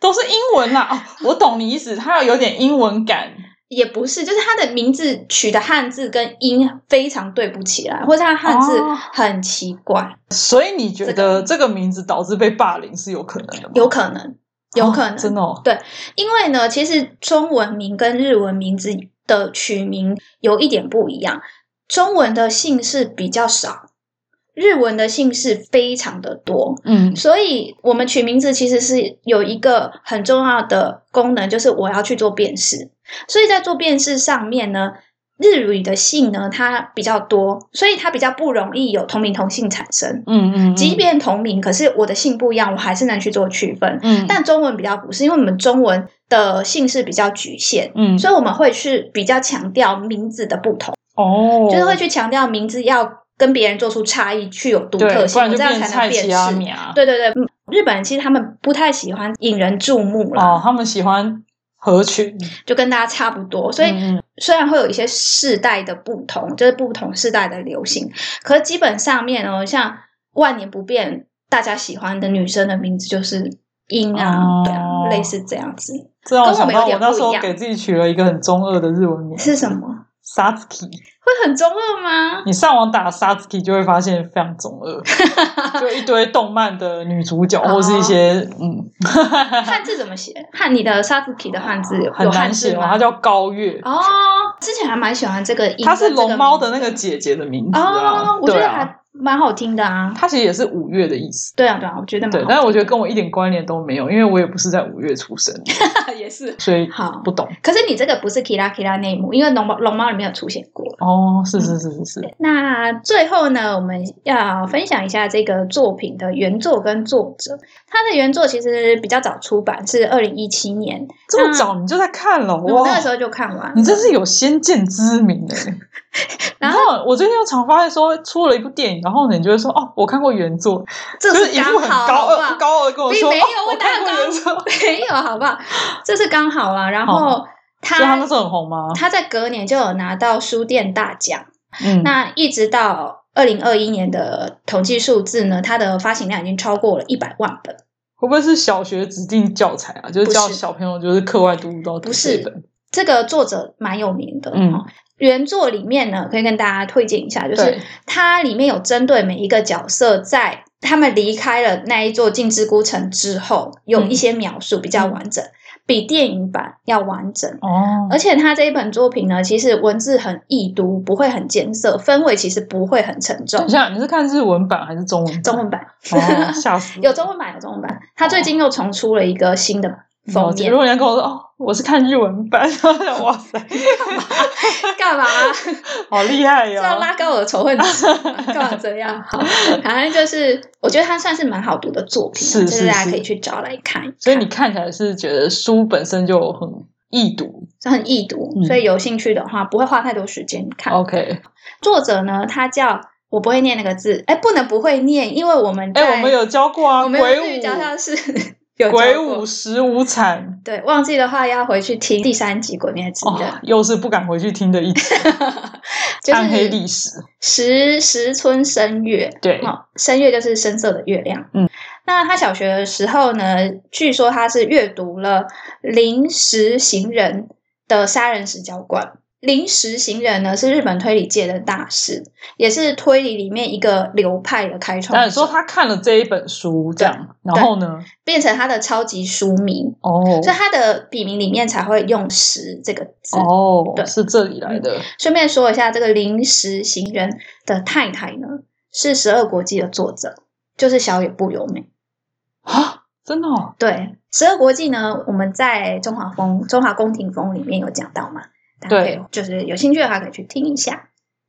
[SPEAKER 1] 都是英文啦。哦，我懂你意思，它要有点英文感。
[SPEAKER 3] 也不是，就是它的名字取的汉字跟音非常对不起来，或者它的汉字
[SPEAKER 1] 哦
[SPEAKER 3] 很奇怪，
[SPEAKER 1] 所以你觉
[SPEAKER 3] 这个
[SPEAKER 1] 得这个名字导致被霸凌是有可能的吗？
[SPEAKER 3] 有可能，有可能，
[SPEAKER 1] 哦真的哦。
[SPEAKER 3] 因为呢，其实中文名跟日文名字的取名有一点不一样，中文的姓氏比较少，日文的姓氏非常的多。
[SPEAKER 1] 嗯，
[SPEAKER 3] 所以，我们取名字其实是有一个很重要的功能，就是我要去做辨识。所以在做辨识上面呢，日语的姓呢它比较多，所以它比较不容易有同名同姓产生。
[SPEAKER 1] 嗯嗯，
[SPEAKER 3] 即便同名，可是我的姓不一样，我还是能去做区分。
[SPEAKER 1] 嗯，
[SPEAKER 3] 但中文比较不是，因为我们中文的姓氏比较局限，
[SPEAKER 1] 嗯
[SPEAKER 3] 所以我们会去比较强调名字的不同，
[SPEAKER 1] 哦，
[SPEAKER 3] 就是会去强调名字要跟别人做出差异，具有独
[SPEAKER 1] 对，
[SPEAKER 3] 特
[SPEAKER 1] 不
[SPEAKER 3] 性，
[SPEAKER 1] 然就
[SPEAKER 3] 这样
[SPEAKER 1] 变
[SPEAKER 3] 才能
[SPEAKER 1] 菜
[SPEAKER 3] 辨
[SPEAKER 1] 奇阿
[SPEAKER 3] 识。
[SPEAKER 1] 米啊。
[SPEAKER 3] 对对对，嗯日本人其实他们不太喜欢引人注目啦，
[SPEAKER 1] 哦，他们喜欢合群，
[SPEAKER 3] 就跟大家差不多，所以
[SPEAKER 1] 嗯嗯
[SPEAKER 3] 虽然会有一些世代的不同，就是不同世代的流行，可基本上面呢，像万年不变，大家喜欢的女生的名字就是英啊，
[SPEAKER 1] 哦
[SPEAKER 3] 对啊，类似这样子。
[SPEAKER 1] 这让我想到我
[SPEAKER 3] 跟我们有点
[SPEAKER 1] 那时候
[SPEAKER 3] 不一样
[SPEAKER 1] 给自己取了一个很中二的日文名
[SPEAKER 3] 是什么？
[SPEAKER 1] ，Satsuki。
[SPEAKER 3] 会很中 二吗？
[SPEAKER 1] 你上网打 Satsuki 就会发现非常中 二，就一堆动漫的女主角
[SPEAKER 3] 哦
[SPEAKER 1] 或是一些嗯，
[SPEAKER 3] 汉字怎么写？汉你的 Sasuke 的汉字有
[SPEAKER 1] 很
[SPEAKER 3] 汉
[SPEAKER 1] 难
[SPEAKER 3] 字
[SPEAKER 1] 写哦，
[SPEAKER 3] 吗？哦
[SPEAKER 1] 它叫高月，
[SPEAKER 3] 哦，之前还蛮喜欢这个音跟这个名字，
[SPEAKER 1] 它是龙猫的那个姐姐的名字啊
[SPEAKER 3] 哦，，我觉
[SPEAKER 1] 对
[SPEAKER 3] 得
[SPEAKER 1] 啊，
[SPEAKER 3] 还蛮好听的啊。
[SPEAKER 1] 它其实也是五月的意思。
[SPEAKER 3] 对啊，对啊，我觉得蛮
[SPEAKER 1] 对，
[SPEAKER 3] 好
[SPEAKER 1] 但是我觉得跟我一点关联都没有，因为我也不是在五月出生，
[SPEAKER 3] 得 也是。
[SPEAKER 1] 所以
[SPEAKER 3] 好
[SPEAKER 1] 不懂。
[SPEAKER 3] 可是你这个不是 Kira Kira 内幕，因为龙猫龙猫里面有出现过。
[SPEAKER 1] 哦，是是是是
[SPEAKER 3] 嗯
[SPEAKER 1] 是，
[SPEAKER 3] 那最后呢，我们要分享一下这个作品的原作跟作者。它的原作其实比较早出版，是二零一七年，
[SPEAKER 1] 这么早你就在看了
[SPEAKER 3] 嗯我那
[SPEAKER 1] 哇
[SPEAKER 3] 个时！候就看完了。
[SPEAKER 1] 你真是有先见之明 哎！
[SPEAKER 3] 然
[SPEAKER 1] 然后我最近又常发现说出了一部电影，然后你就会说哦，我看过原作，
[SPEAKER 3] 这
[SPEAKER 1] 就是一
[SPEAKER 3] 刚
[SPEAKER 1] 部很
[SPEAKER 3] 好，
[SPEAKER 1] 高
[SPEAKER 3] 好不
[SPEAKER 1] 傲
[SPEAKER 3] 好？
[SPEAKER 1] 高傲的跟我
[SPEAKER 3] 并
[SPEAKER 1] 说，
[SPEAKER 3] 没有
[SPEAKER 1] 哦，
[SPEAKER 3] 我
[SPEAKER 1] 我
[SPEAKER 3] 哪
[SPEAKER 1] 看
[SPEAKER 3] 有
[SPEAKER 1] 过
[SPEAKER 3] 高
[SPEAKER 1] 原作，
[SPEAKER 3] 没有，好不好？这是刚好啦。然后
[SPEAKER 1] 好
[SPEAKER 3] 他
[SPEAKER 1] 哦所以他那时候很红吗？
[SPEAKER 3] 他在隔年就有拿到书店大奖，
[SPEAKER 1] 嗯，
[SPEAKER 3] 那一直到二零二一年的统计数字呢，它的发行量已经超过了一百万本。
[SPEAKER 1] 会不会是小学指定教材啊？就是叫
[SPEAKER 3] 不是
[SPEAKER 1] 小朋友就是课外读物都要读
[SPEAKER 3] 不
[SPEAKER 1] 这
[SPEAKER 3] 是
[SPEAKER 1] 一本。
[SPEAKER 3] 这个作者蛮有名的，
[SPEAKER 1] 嗯
[SPEAKER 3] 哦原作里面呢，可以跟大家推荐一下，就是
[SPEAKER 1] 对，
[SPEAKER 3] 它里面有针对每一个角色在。他们离开了那一座禁之孤城之后，有
[SPEAKER 1] 嗯
[SPEAKER 3] 一些描述比较完整，比电影版要完整。
[SPEAKER 1] 哦，
[SPEAKER 3] 而且他这一本作品呢，其实文字很易读，不会很艰涩，氛围其实不会很沉
[SPEAKER 1] 等
[SPEAKER 3] 重
[SPEAKER 1] 一。下，你是看日文版还是中文版？
[SPEAKER 3] 中文版
[SPEAKER 1] 哦，吓死我！
[SPEAKER 3] 有中文版，有中文版。他最近又重出了一个新的封
[SPEAKER 1] 了嗯解如
[SPEAKER 3] 面，
[SPEAKER 1] 果人家跟我说哦，我是看日文版， 我想哇塞，
[SPEAKER 3] 干嘛？
[SPEAKER 1] 好厉害哦
[SPEAKER 3] 这
[SPEAKER 1] 哟、
[SPEAKER 3] 要拉高我的仇恨 值吗？干嘛这样？好，反正就是，我觉得它算是蛮好读的作品啊，
[SPEAKER 1] 是
[SPEAKER 3] 就是大家
[SPEAKER 1] 是
[SPEAKER 3] 可以去找来看一看。
[SPEAKER 1] 所以你看起来是觉得书本身就很易读。
[SPEAKER 3] 这很易读，
[SPEAKER 1] 嗯哦
[SPEAKER 3] 所以有兴趣的话，不会花太多时间看。
[SPEAKER 1] OK，
[SPEAKER 3] 作者呢，他叫我不会念那个字，哎，不能不会念，因为我们
[SPEAKER 1] 哎、
[SPEAKER 3] 在
[SPEAKER 1] 我们有教过啊，
[SPEAKER 3] 我们有日
[SPEAKER 1] 鬼
[SPEAKER 3] 语
[SPEAKER 1] 舞
[SPEAKER 3] 教校是 有教
[SPEAKER 1] 鬼
[SPEAKER 3] 过
[SPEAKER 1] 舞十五惨
[SPEAKER 3] 对，忘记的话要回去听第三集《鬼灭之
[SPEAKER 1] 哦
[SPEAKER 3] 刃，
[SPEAKER 1] 又是不敢回去听的一集、》，
[SPEAKER 3] 就
[SPEAKER 1] 暗黑
[SPEAKER 3] 是
[SPEAKER 1] 历史。
[SPEAKER 3] 石石村深月。
[SPEAKER 1] 对，
[SPEAKER 3] 哦，深月就是深色的月亮。
[SPEAKER 1] 嗯，
[SPEAKER 3] 那他小学的时候呢，据说他是阅读了《临时行人》的杀人石教官。临时行人呢是日本推理界的大师，也是推理里面一个流派的开创
[SPEAKER 1] 那
[SPEAKER 3] 者。
[SPEAKER 1] 你说他看了这一本书，这样，然后呢？
[SPEAKER 3] 变成他的超级书迷，
[SPEAKER 1] 哦
[SPEAKER 3] 所以他的笔名里面才会用“石”这个字。对
[SPEAKER 1] 哦，是这里来的。
[SPEAKER 3] 顺便说一下，这个临时行人的太太呢，是《十二国记》的作者，就是小野不由美。嗯
[SPEAKER 1] 啊，真的、哦，
[SPEAKER 3] 对，《十二国记》呢，我们在中华风、中华宫廷风里面有讲到嘛，大家可以
[SPEAKER 1] 对
[SPEAKER 3] 就是有兴趣的话可以去听一下。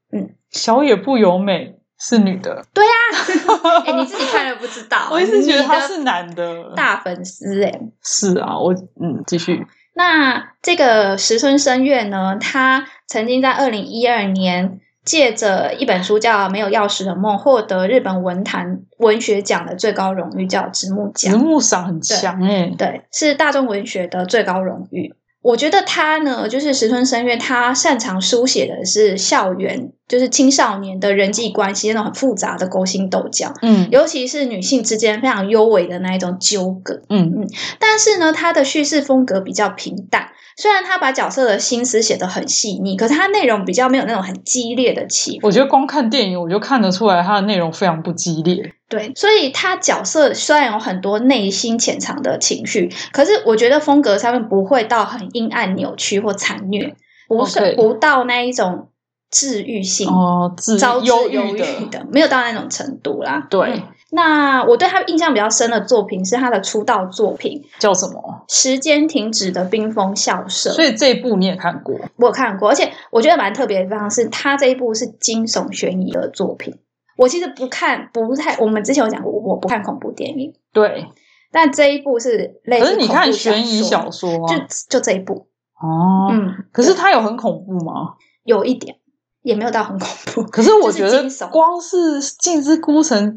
[SPEAKER 1] 小野不由美是女的，
[SPEAKER 3] 啊 哎、你自己看了不知道
[SPEAKER 1] ，我一直觉得
[SPEAKER 3] 你的
[SPEAKER 1] 她是男的。
[SPEAKER 3] 大粉丝哎、
[SPEAKER 1] 是啊，我嗯，继续
[SPEAKER 3] 那这个石村深月呢，他曾经在二零一二年借着一本书叫《没有钥匙的梦》，获得日本文坛文学奖的最高荣誉，叫直木奖
[SPEAKER 1] 直。木赏很强哎、
[SPEAKER 3] 对，是大众文学的最高荣誉。我觉得他呢，就是石村深月，他擅长书写的是校园，就是青少年的人际关系那种很复杂的勾心斗角，
[SPEAKER 1] 嗯
[SPEAKER 3] 尤其是女性之间非常幽微的那一种纠葛。
[SPEAKER 1] 嗯
[SPEAKER 3] 但是呢，他的叙事风格比较平淡，虽然他把角色的心思写得很细腻，可是他内容比较没有那种很激烈的起伏。
[SPEAKER 1] 我觉得光看电影，我就看得出来它的内容非常不激烈。
[SPEAKER 3] 对，所以他角色虽然有很多内心潜藏的情绪，可是我觉得风格上面不会到很阴暗、扭曲或残虐，不是
[SPEAKER 1] OK
[SPEAKER 3] 不到那一种治愈性、
[SPEAKER 1] 哦，自
[SPEAKER 3] 招致
[SPEAKER 1] 忧
[SPEAKER 3] 忧
[SPEAKER 1] 郁
[SPEAKER 3] 郁，的，没有到那种程度啦。
[SPEAKER 1] 对，
[SPEAKER 3] 嗯那我对他印象比较深的作品是他的出道作品
[SPEAKER 1] 叫什么？
[SPEAKER 3] 《时间停止的冰封校舍》，
[SPEAKER 1] 所以这一部你也看过
[SPEAKER 3] 我有看过，而且我觉得蛮特别的地方是，他这一部是惊悚悬疑的作品。我其实不看，不太，我们之前有讲过，我不看恐怖电影。
[SPEAKER 1] 对，
[SPEAKER 3] 但这一部是类似
[SPEAKER 1] 可是你看悬疑
[SPEAKER 3] 小
[SPEAKER 1] 小
[SPEAKER 3] 说，
[SPEAKER 1] 说啊、
[SPEAKER 3] 就嗯就这一部，
[SPEAKER 1] 哦、
[SPEAKER 3] 嗯，
[SPEAKER 1] 可是它有很恐怖吗？
[SPEAKER 3] 有一点也没有到很恐怖，
[SPEAKER 1] 可是我
[SPEAKER 3] 就是
[SPEAKER 1] 觉得
[SPEAKER 3] 惊悚
[SPEAKER 1] 光是《镜之孤城》，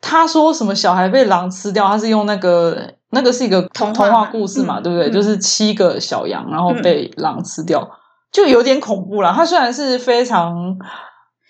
[SPEAKER 1] 他说什么小孩被狼吃掉，他是用那个那个是一个
[SPEAKER 3] 童话
[SPEAKER 1] 话
[SPEAKER 3] 嘛
[SPEAKER 1] 故事嘛，
[SPEAKER 3] 嗯
[SPEAKER 1] 对不对？
[SPEAKER 3] 嗯
[SPEAKER 1] 就是七个小羊，然后
[SPEAKER 3] 嗯
[SPEAKER 1] 被狼吃掉，就有点恐怖啦。它虽然是非常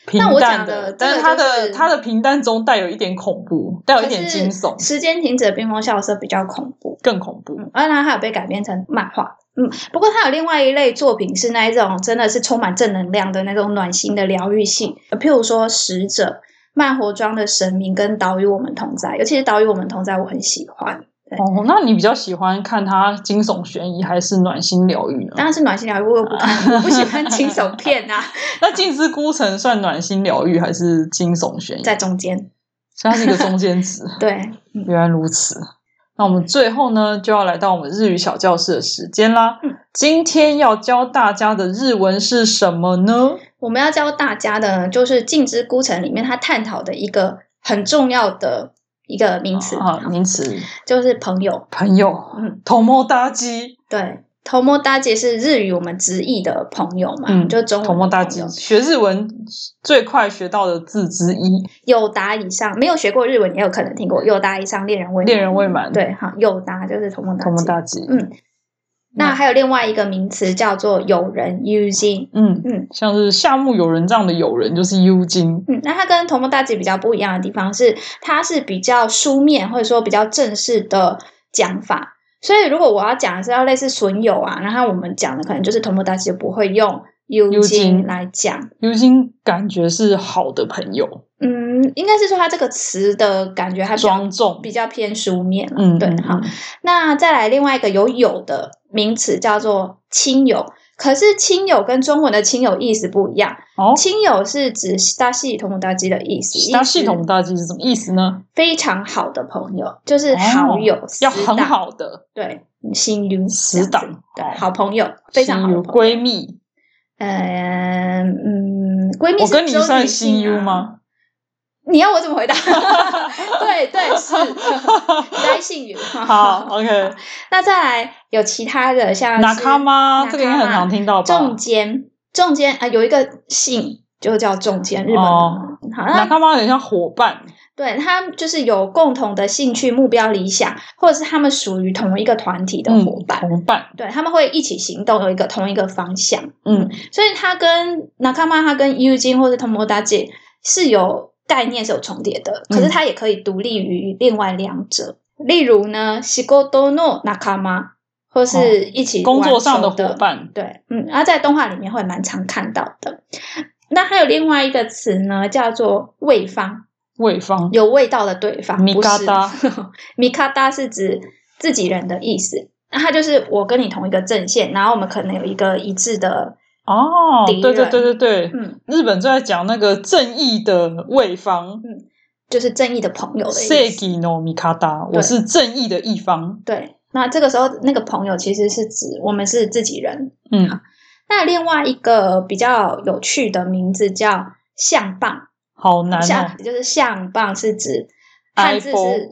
[SPEAKER 1] 平
[SPEAKER 3] 那我
[SPEAKER 1] 淡
[SPEAKER 3] 讲的这个
[SPEAKER 1] 但是它
[SPEAKER 3] 就
[SPEAKER 1] 的
[SPEAKER 3] 是
[SPEAKER 1] 它的平淡中带有一点恐怖，带有一
[SPEAKER 3] 可
[SPEAKER 1] 点
[SPEAKER 3] 是
[SPEAKER 1] 惊悚，
[SPEAKER 3] 时间停止的冰封校舍比较恐怖，
[SPEAKER 1] 更恐怖。
[SPEAKER 3] 嗯，而然它有被改编成漫画。嗯，不过它有另外一类作品是那一种真的是充满正能量的那种暖心的疗愈性，呃譬如说《使者》、《慢活装的神明》跟《岛屿我们同在》，尤其是《岛屿我们同在》，我很喜欢。对
[SPEAKER 1] 哦，那你比较喜欢看它惊悚悬疑还是暖心疗愈呢？
[SPEAKER 3] 当然是暖心疗愈，我也不看，我不喜欢惊悚片 啊，
[SPEAKER 1] 那《静思孤城》算暖心疗愈还是惊悚悬疑？
[SPEAKER 3] 在嗯中间。
[SPEAKER 1] 所以它是一个中间 值。
[SPEAKER 3] 对，
[SPEAKER 1] 原来如此。那我们最后呢，就要来到我们日语小教室的时间啦。
[SPEAKER 3] 嗯
[SPEAKER 1] 今天要教大家的日文是什么呢？
[SPEAKER 3] 我们要教大家的呢就是《镜之孤城》里面他探讨的一个很重要的一个名词，
[SPEAKER 1] 啊，名词，
[SPEAKER 3] 就是朋友。
[SPEAKER 1] 朋友，
[SPEAKER 3] 嗯，
[SPEAKER 1] 头摸搭鸡，
[SPEAKER 3] 对。头摸大姐是日语我们直译的朋友嘛，
[SPEAKER 1] 嗯
[SPEAKER 3] 就中文
[SPEAKER 1] 头摸
[SPEAKER 3] 大
[SPEAKER 1] 搭鸡，学日文最快学到的字之一。
[SPEAKER 3] 友达以上，没有学过日文也有可能听过友达以上恋人未满
[SPEAKER 1] 恋人未满
[SPEAKER 3] 对，哈，友达就是头摸大
[SPEAKER 1] 头摸
[SPEAKER 3] 姐。
[SPEAKER 1] 搭鸡，
[SPEAKER 3] 嗯，那还有另外一个名词叫做友人 u z
[SPEAKER 1] 嗯
[SPEAKER 3] 嗯
[SPEAKER 1] 像是夏目友人帐的友人就是幽精，
[SPEAKER 3] 嗯，那它跟同盟大姐比较不一样的地方是，它是比较书面或者说比较正式的讲法。所以如果我要讲的是要类似损友啊，然后我们讲的可能就是同盟大姐不会用 u
[SPEAKER 1] 幽精
[SPEAKER 3] z 来讲。
[SPEAKER 1] 幽精感觉是好的朋友，
[SPEAKER 3] 嗯，应该是说它这个词的感觉还比较
[SPEAKER 1] 庄重
[SPEAKER 3] 比，较偏书面了。
[SPEAKER 1] 嗯，
[SPEAKER 3] 对，
[SPEAKER 1] 嗯
[SPEAKER 3] 好。
[SPEAKER 1] 嗯
[SPEAKER 3] 那再来另外一个有友的名词叫做亲友，可是亲友跟中文的亲友意思不一样。
[SPEAKER 1] 哦，
[SPEAKER 3] 亲友是指大系统大基的意思，
[SPEAKER 1] 那
[SPEAKER 3] 意思
[SPEAKER 1] 系统大鸡是什么意思呢？
[SPEAKER 3] 非常好的朋友，就是好友，死
[SPEAKER 1] 哦要
[SPEAKER 3] 党
[SPEAKER 1] 很，好的
[SPEAKER 3] 对，心晕
[SPEAKER 1] 死党
[SPEAKER 3] 对
[SPEAKER 1] 哦，
[SPEAKER 3] 好朋友，非常好
[SPEAKER 1] 亲
[SPEAKER 3] 的
[SPEAKER 1] 友
[SPEAKER 3] 朋友。
[SPEAKER 1] 闺蜜，
[SPEAKER 3] 呃嗯，闺蜜、
[SPEAKER 1] 我跟你算亲友？吗？
[SPEAKER 3] 啊你要我怎么回答？ 对对是，该信友。
[SPEAKER 1] 好，OK，
[SPEAKER 3] 那再来有其他的像
[SPEAKER 1] 拿
[SPEAKER 3] 啊是
[SPEAKER 1] 卡吗？这个也很
[SPEAKER 3] nakama
[SPEAKER 1] 常听到吧
[SPEAKER 3] 中？间，中间啊、有一个姓就叫中间，日本人。
[SPEAKER 1] 哦
[SPEAKER 3] 好，
[SPEAKER 1] 拿
[SPEAKER 3] 那
[SPEAKER 1] 卡吗有点像伙伴，
[SPEAKER 3] 对他们就是有共同的兴趣、目标、理想，或者是他们属于同一个团体的
[SPEAKER 1] 嗯
[SPEAKER 3] 伙伴。
[SPEAKER 1] 同伴，
[SPEAKER 3] 对，他们会一起行动，有一个同一个方向。
[SPEAKER 1] 嗯，
[SPEAKER 3] 所以他跟 Nakama，他跟 u j i 或是 Tomoda 姐是有概念是有重叠的，可是
[SPEAKER 1] 嗯
[SPEAKER 3] 他也可以独立于另外两者。例如呢，Shigoto no Nakama，或
[SPEAKER 1] 哦
[SPEAKER 3] 是一起
[SPEAKER 1] 工作上
[SPEAKER 3] 的
[SPEAKER 1] 的伙伴，
[SPEAKER 3] 对，嗯，然后在动画里面会蛮常看到的。那还有另外一个词呢，叫做味方，
[SPEAKER 1] 味方，
[SPEAKER 3] 有味道的对方。
[SPEAKER 1] 味方
[SPEAKER 3] 不是 米卡达是指自己人的意思。那它就是我跟你同一个阵线，然后我们可能有一个一致的，
[SPEAKER 1] 哦，
[SPEAKER 3] 敌人
[SPEAKER 1] 对对对对对，
[SPEAKER 3] 嗯，
[SPEAKER 1] 日本最爱讲那个正义的味方。
[SPEAKER 3] 就是正义的朋友的意思。
[SPEAKER 1] Segi no mikata，我是正义的一方。
[SPEAKER 3] 对，那这个时候那个朋友其实是指我们是自己人。
[SPEAKER 1] 嗯，
[SPEAKER 3] 那另外一个比较有趣的名字叫象棒，
[SPEAKER 1] 好难哦
[SPEAKER 3] 像。就是象棒是指汉字
[SPEAKER 1] iPhone
[SPEAKER 3] 是，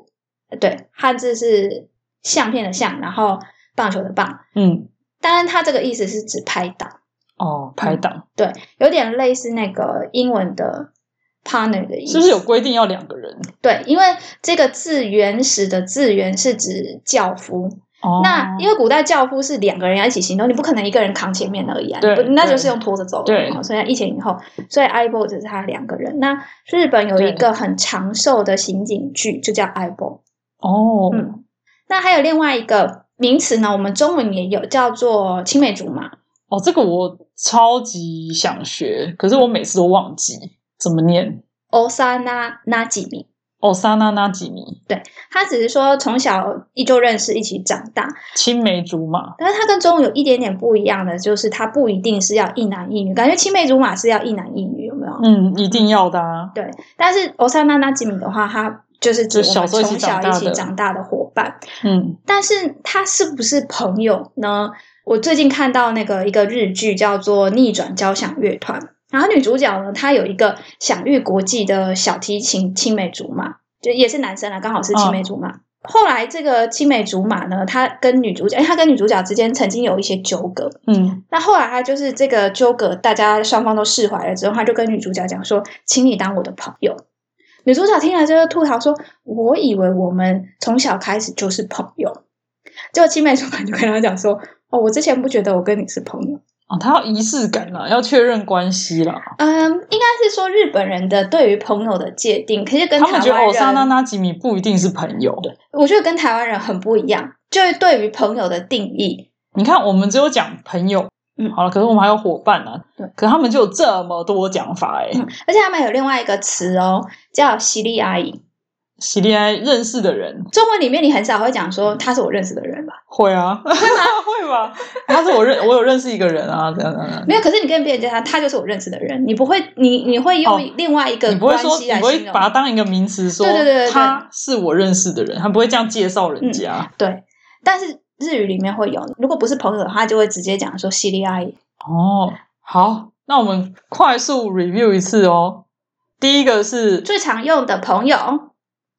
[SPEAKER 3] 呃对，汉字是相片的相，然后棒球的棒。
[SPEAKER 1] 嗯，
[SPEAKER 3] 当然，它这个意思是指拍档，
[SPEAKER 1] 哦，排档
[SPEAKER 3] 对，有点类似那个英文的 partner 的意思。
[SPEAKER 1] 是不是有规定要两个人？
[SPEAKER 3] 对，因为这个字原始的字源是指轿夫。
[SPEAKER 1] 哦，
[SPEAKER 3] 那因为古代轿夫是两个人要一起行动，你不可能一个人扛前面而已啊，
[SPEAKER 1] 对
[SPEAKER 3] 你不那
[SPEAKER 1] 对
[SPEAKER 3] 就是用拖着走的
[SPEAKER 1] 对
[SPEAKER 3] 嘛。所以一前一后，所以 i b o 只是他两个人。那日本有一
[SPEAKER 1] 对
[SPEAKER 3] 个很长寿的刑警剧，就叫 i b o
[SPEAKER 1] 哦，
[SPEAKER 3] 嗯，那还有另外一个名词呢，我们中文也有叫做青梅竹马。
[SPEAKER 1] 哦，这个我超级想学，可是我每次都忘记怎么念。
[SPEAKER 3] o s a n a n 几米，
[SPEAKER 1] 哦，萨那那吉米，
[SPEAKER 3] 他只是说从小依旧认识，一起长大，
[SPEAKER 1] 青梅竹马。
[SPEAKER 3] 但是他跟中文有一点点不一样的，就是他不一定是要一男一女，感觉青梅竹马是要一男一女，有没有？
[SPEAKER 1] 嗯，一定要的啊。
[SPEAKER 3] 对，但是 o s a n a n 几米的话，他就是
[SPEAKER 1] 就
[SPEAKER 3] 指我们
[SPEAKER 1] 小时候一起
[SPEAKER 3] 从小
[SPEAKER 1] 长大
[SPEAKER 3] 一
[SPEAKER 1] 的
[SPEAKER 3] 起长大的伙伴，
[SPEAKER 1] 嗯，
[SPEAKER 3] 但是他是不是朋友呢？我最近看到那个一个日剧叫做《逆转交响乐团》，然后女主角呢，她有一个享誉国际的小提琴青梅竹马，就也是男生啊，刚好是青梅竹马。后来这个青梅竹马呢，他跟女主角，因为他跟女主角之间曾经有一些纠葛，
[SPEAKER 1] 嗯，
[SPEAKER 3] 那后来他就是这个纠葛，大家双方都释怀了之后，他就跟女主角讲说：“请你当我的朋友。”女主角听了之后吐槽说：“我以为我们从小开始就是朋友。”结果青梅竹马就跟他讲说：“哦，我之前不觉得我跟你是朋友。
[SPEAKER 1] 哦，他要仪式感啦，要确认关系啦。”
[SPEAKER 3] 嗯，应该是说日本人的对于朋友的界定，可是跟
[SPEAKER 1] 他们
[SPEAKER 3] 台
[SPEAKER 1] 觉得
[SPEAKER 3] 湾
[SPEAKER 1] 哦，萨那
[SPEAKER 3] 人，
[SPEAKER 1] 那吉米不一定是朋友。
[SPEAKER 3] 我觉得跟台湾人很不一样，就是对于朋友的定义。
[SPEAKER 1] 你看，我们只有讲朋友，
[SPEAKER 3] 嗯
[SPEAKER 1] 好了，可是我们还有伙伴啊。
[SPEAKER 3] 对，
[SPEAKER 1] 可他们就有这么多讲法哎、
[SPEAKER 3] 嗯，而且他们有另外一个词哦，叫“犀利阿姨”。
[SPEAKER 1] 喜恋爱认识的人，
[SPEAKER 3] 中文里面你很少会讲说他是我认识的人吧？
[SPEAKER 1] 会啊， 会吧？他是我认，我有认识一个人啊，这样这样这样。
[SPEAKER 3] 没有，可是你跟别人介绍他就是我认识的人，你不会，你你会
[SPEAKER 1] 哦
[SPEAKER 3] 用另外一个
[SPEAKER 1] 你不会
[SPEAKER 3] 关
[SPEAKER 1] 说，
[SPEAKER 3] 系
[SPEAKER 1] 你
[SPEAKER 3] 来
[SPEAKER 1] 不会
[SPEAKER 3] 形容。
[SPEAKER 1] 把它当一个名词说，
[SPEAKER 3] 对对对对对
[SPEAKER 1] 他是我认识的人，他不会这样介绍人家。
[SPEAKER 3] 对，但是日语里面会有，如果不是朋友的话，就会直接讲说西利啊阿姨。
[SPEAKER 1] 哦，好，那我们快速 review 一次哦。第一个是
[SPEAKER 3] 最常用的朋友，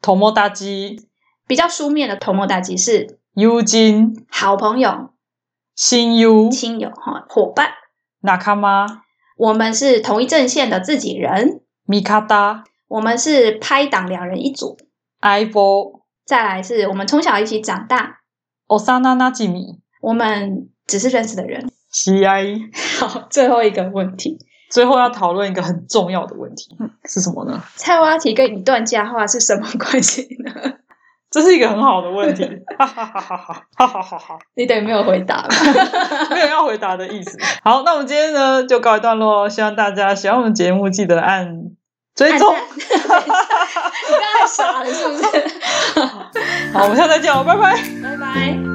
[SPEAKER 1] 头摸大鸡、
[SPEAKER 3] 比较书面的同谋打击是
[SPEAKER 1] 幽金、
[SPEAKER 3] 好朋友、
[SPEAKER 1] 新幽、
[SPEAKER 3] 亲友哈伙伴。
[SPEAKER 1] 那卡妈、
[SPEAKER 3] 我们是同一阵线的自己人，
[SPEAKER 1] 米卡达、
[SPEAKER 3] 我们是拍档两人一组。
[SPEAKER 1] 艾波、
[SPEAKER 3] 再来是我们从小一起长大，
[SPEAKER 1] 奥萨纳纳吉米、
[SPEAKER 3] 我们只是认识的人。
[SPEAKER 1] 西埃。
[SPEAKER 3] 好，最后一个问题，
[SPEAKER 1] 最后要讨论一个很重要的问题是什么呢？
[SPEAKER 3] 菜蛙题跟一段佳话是什么关系呢？
[SPEAKER 1] 这是一个很好的 问题，哈哈哈哈哈哈哈哈哈！
[SPEAKER 3] 你等于没有回 答吧？
[SPEAKER 1] 没有要回答的意思。好，那我们今天呢就告一段落，哦希望大家喜欢我们节目，记得按追
[SPEAKER 3] 按
[SPEAKER 1] 踪
[SPEAKER 3] 赞。你刚才傻了是不是？
[SPEAKER 1] 好，我们下次再见哦，拜拜。
[SPEAKER 3] 拜拜。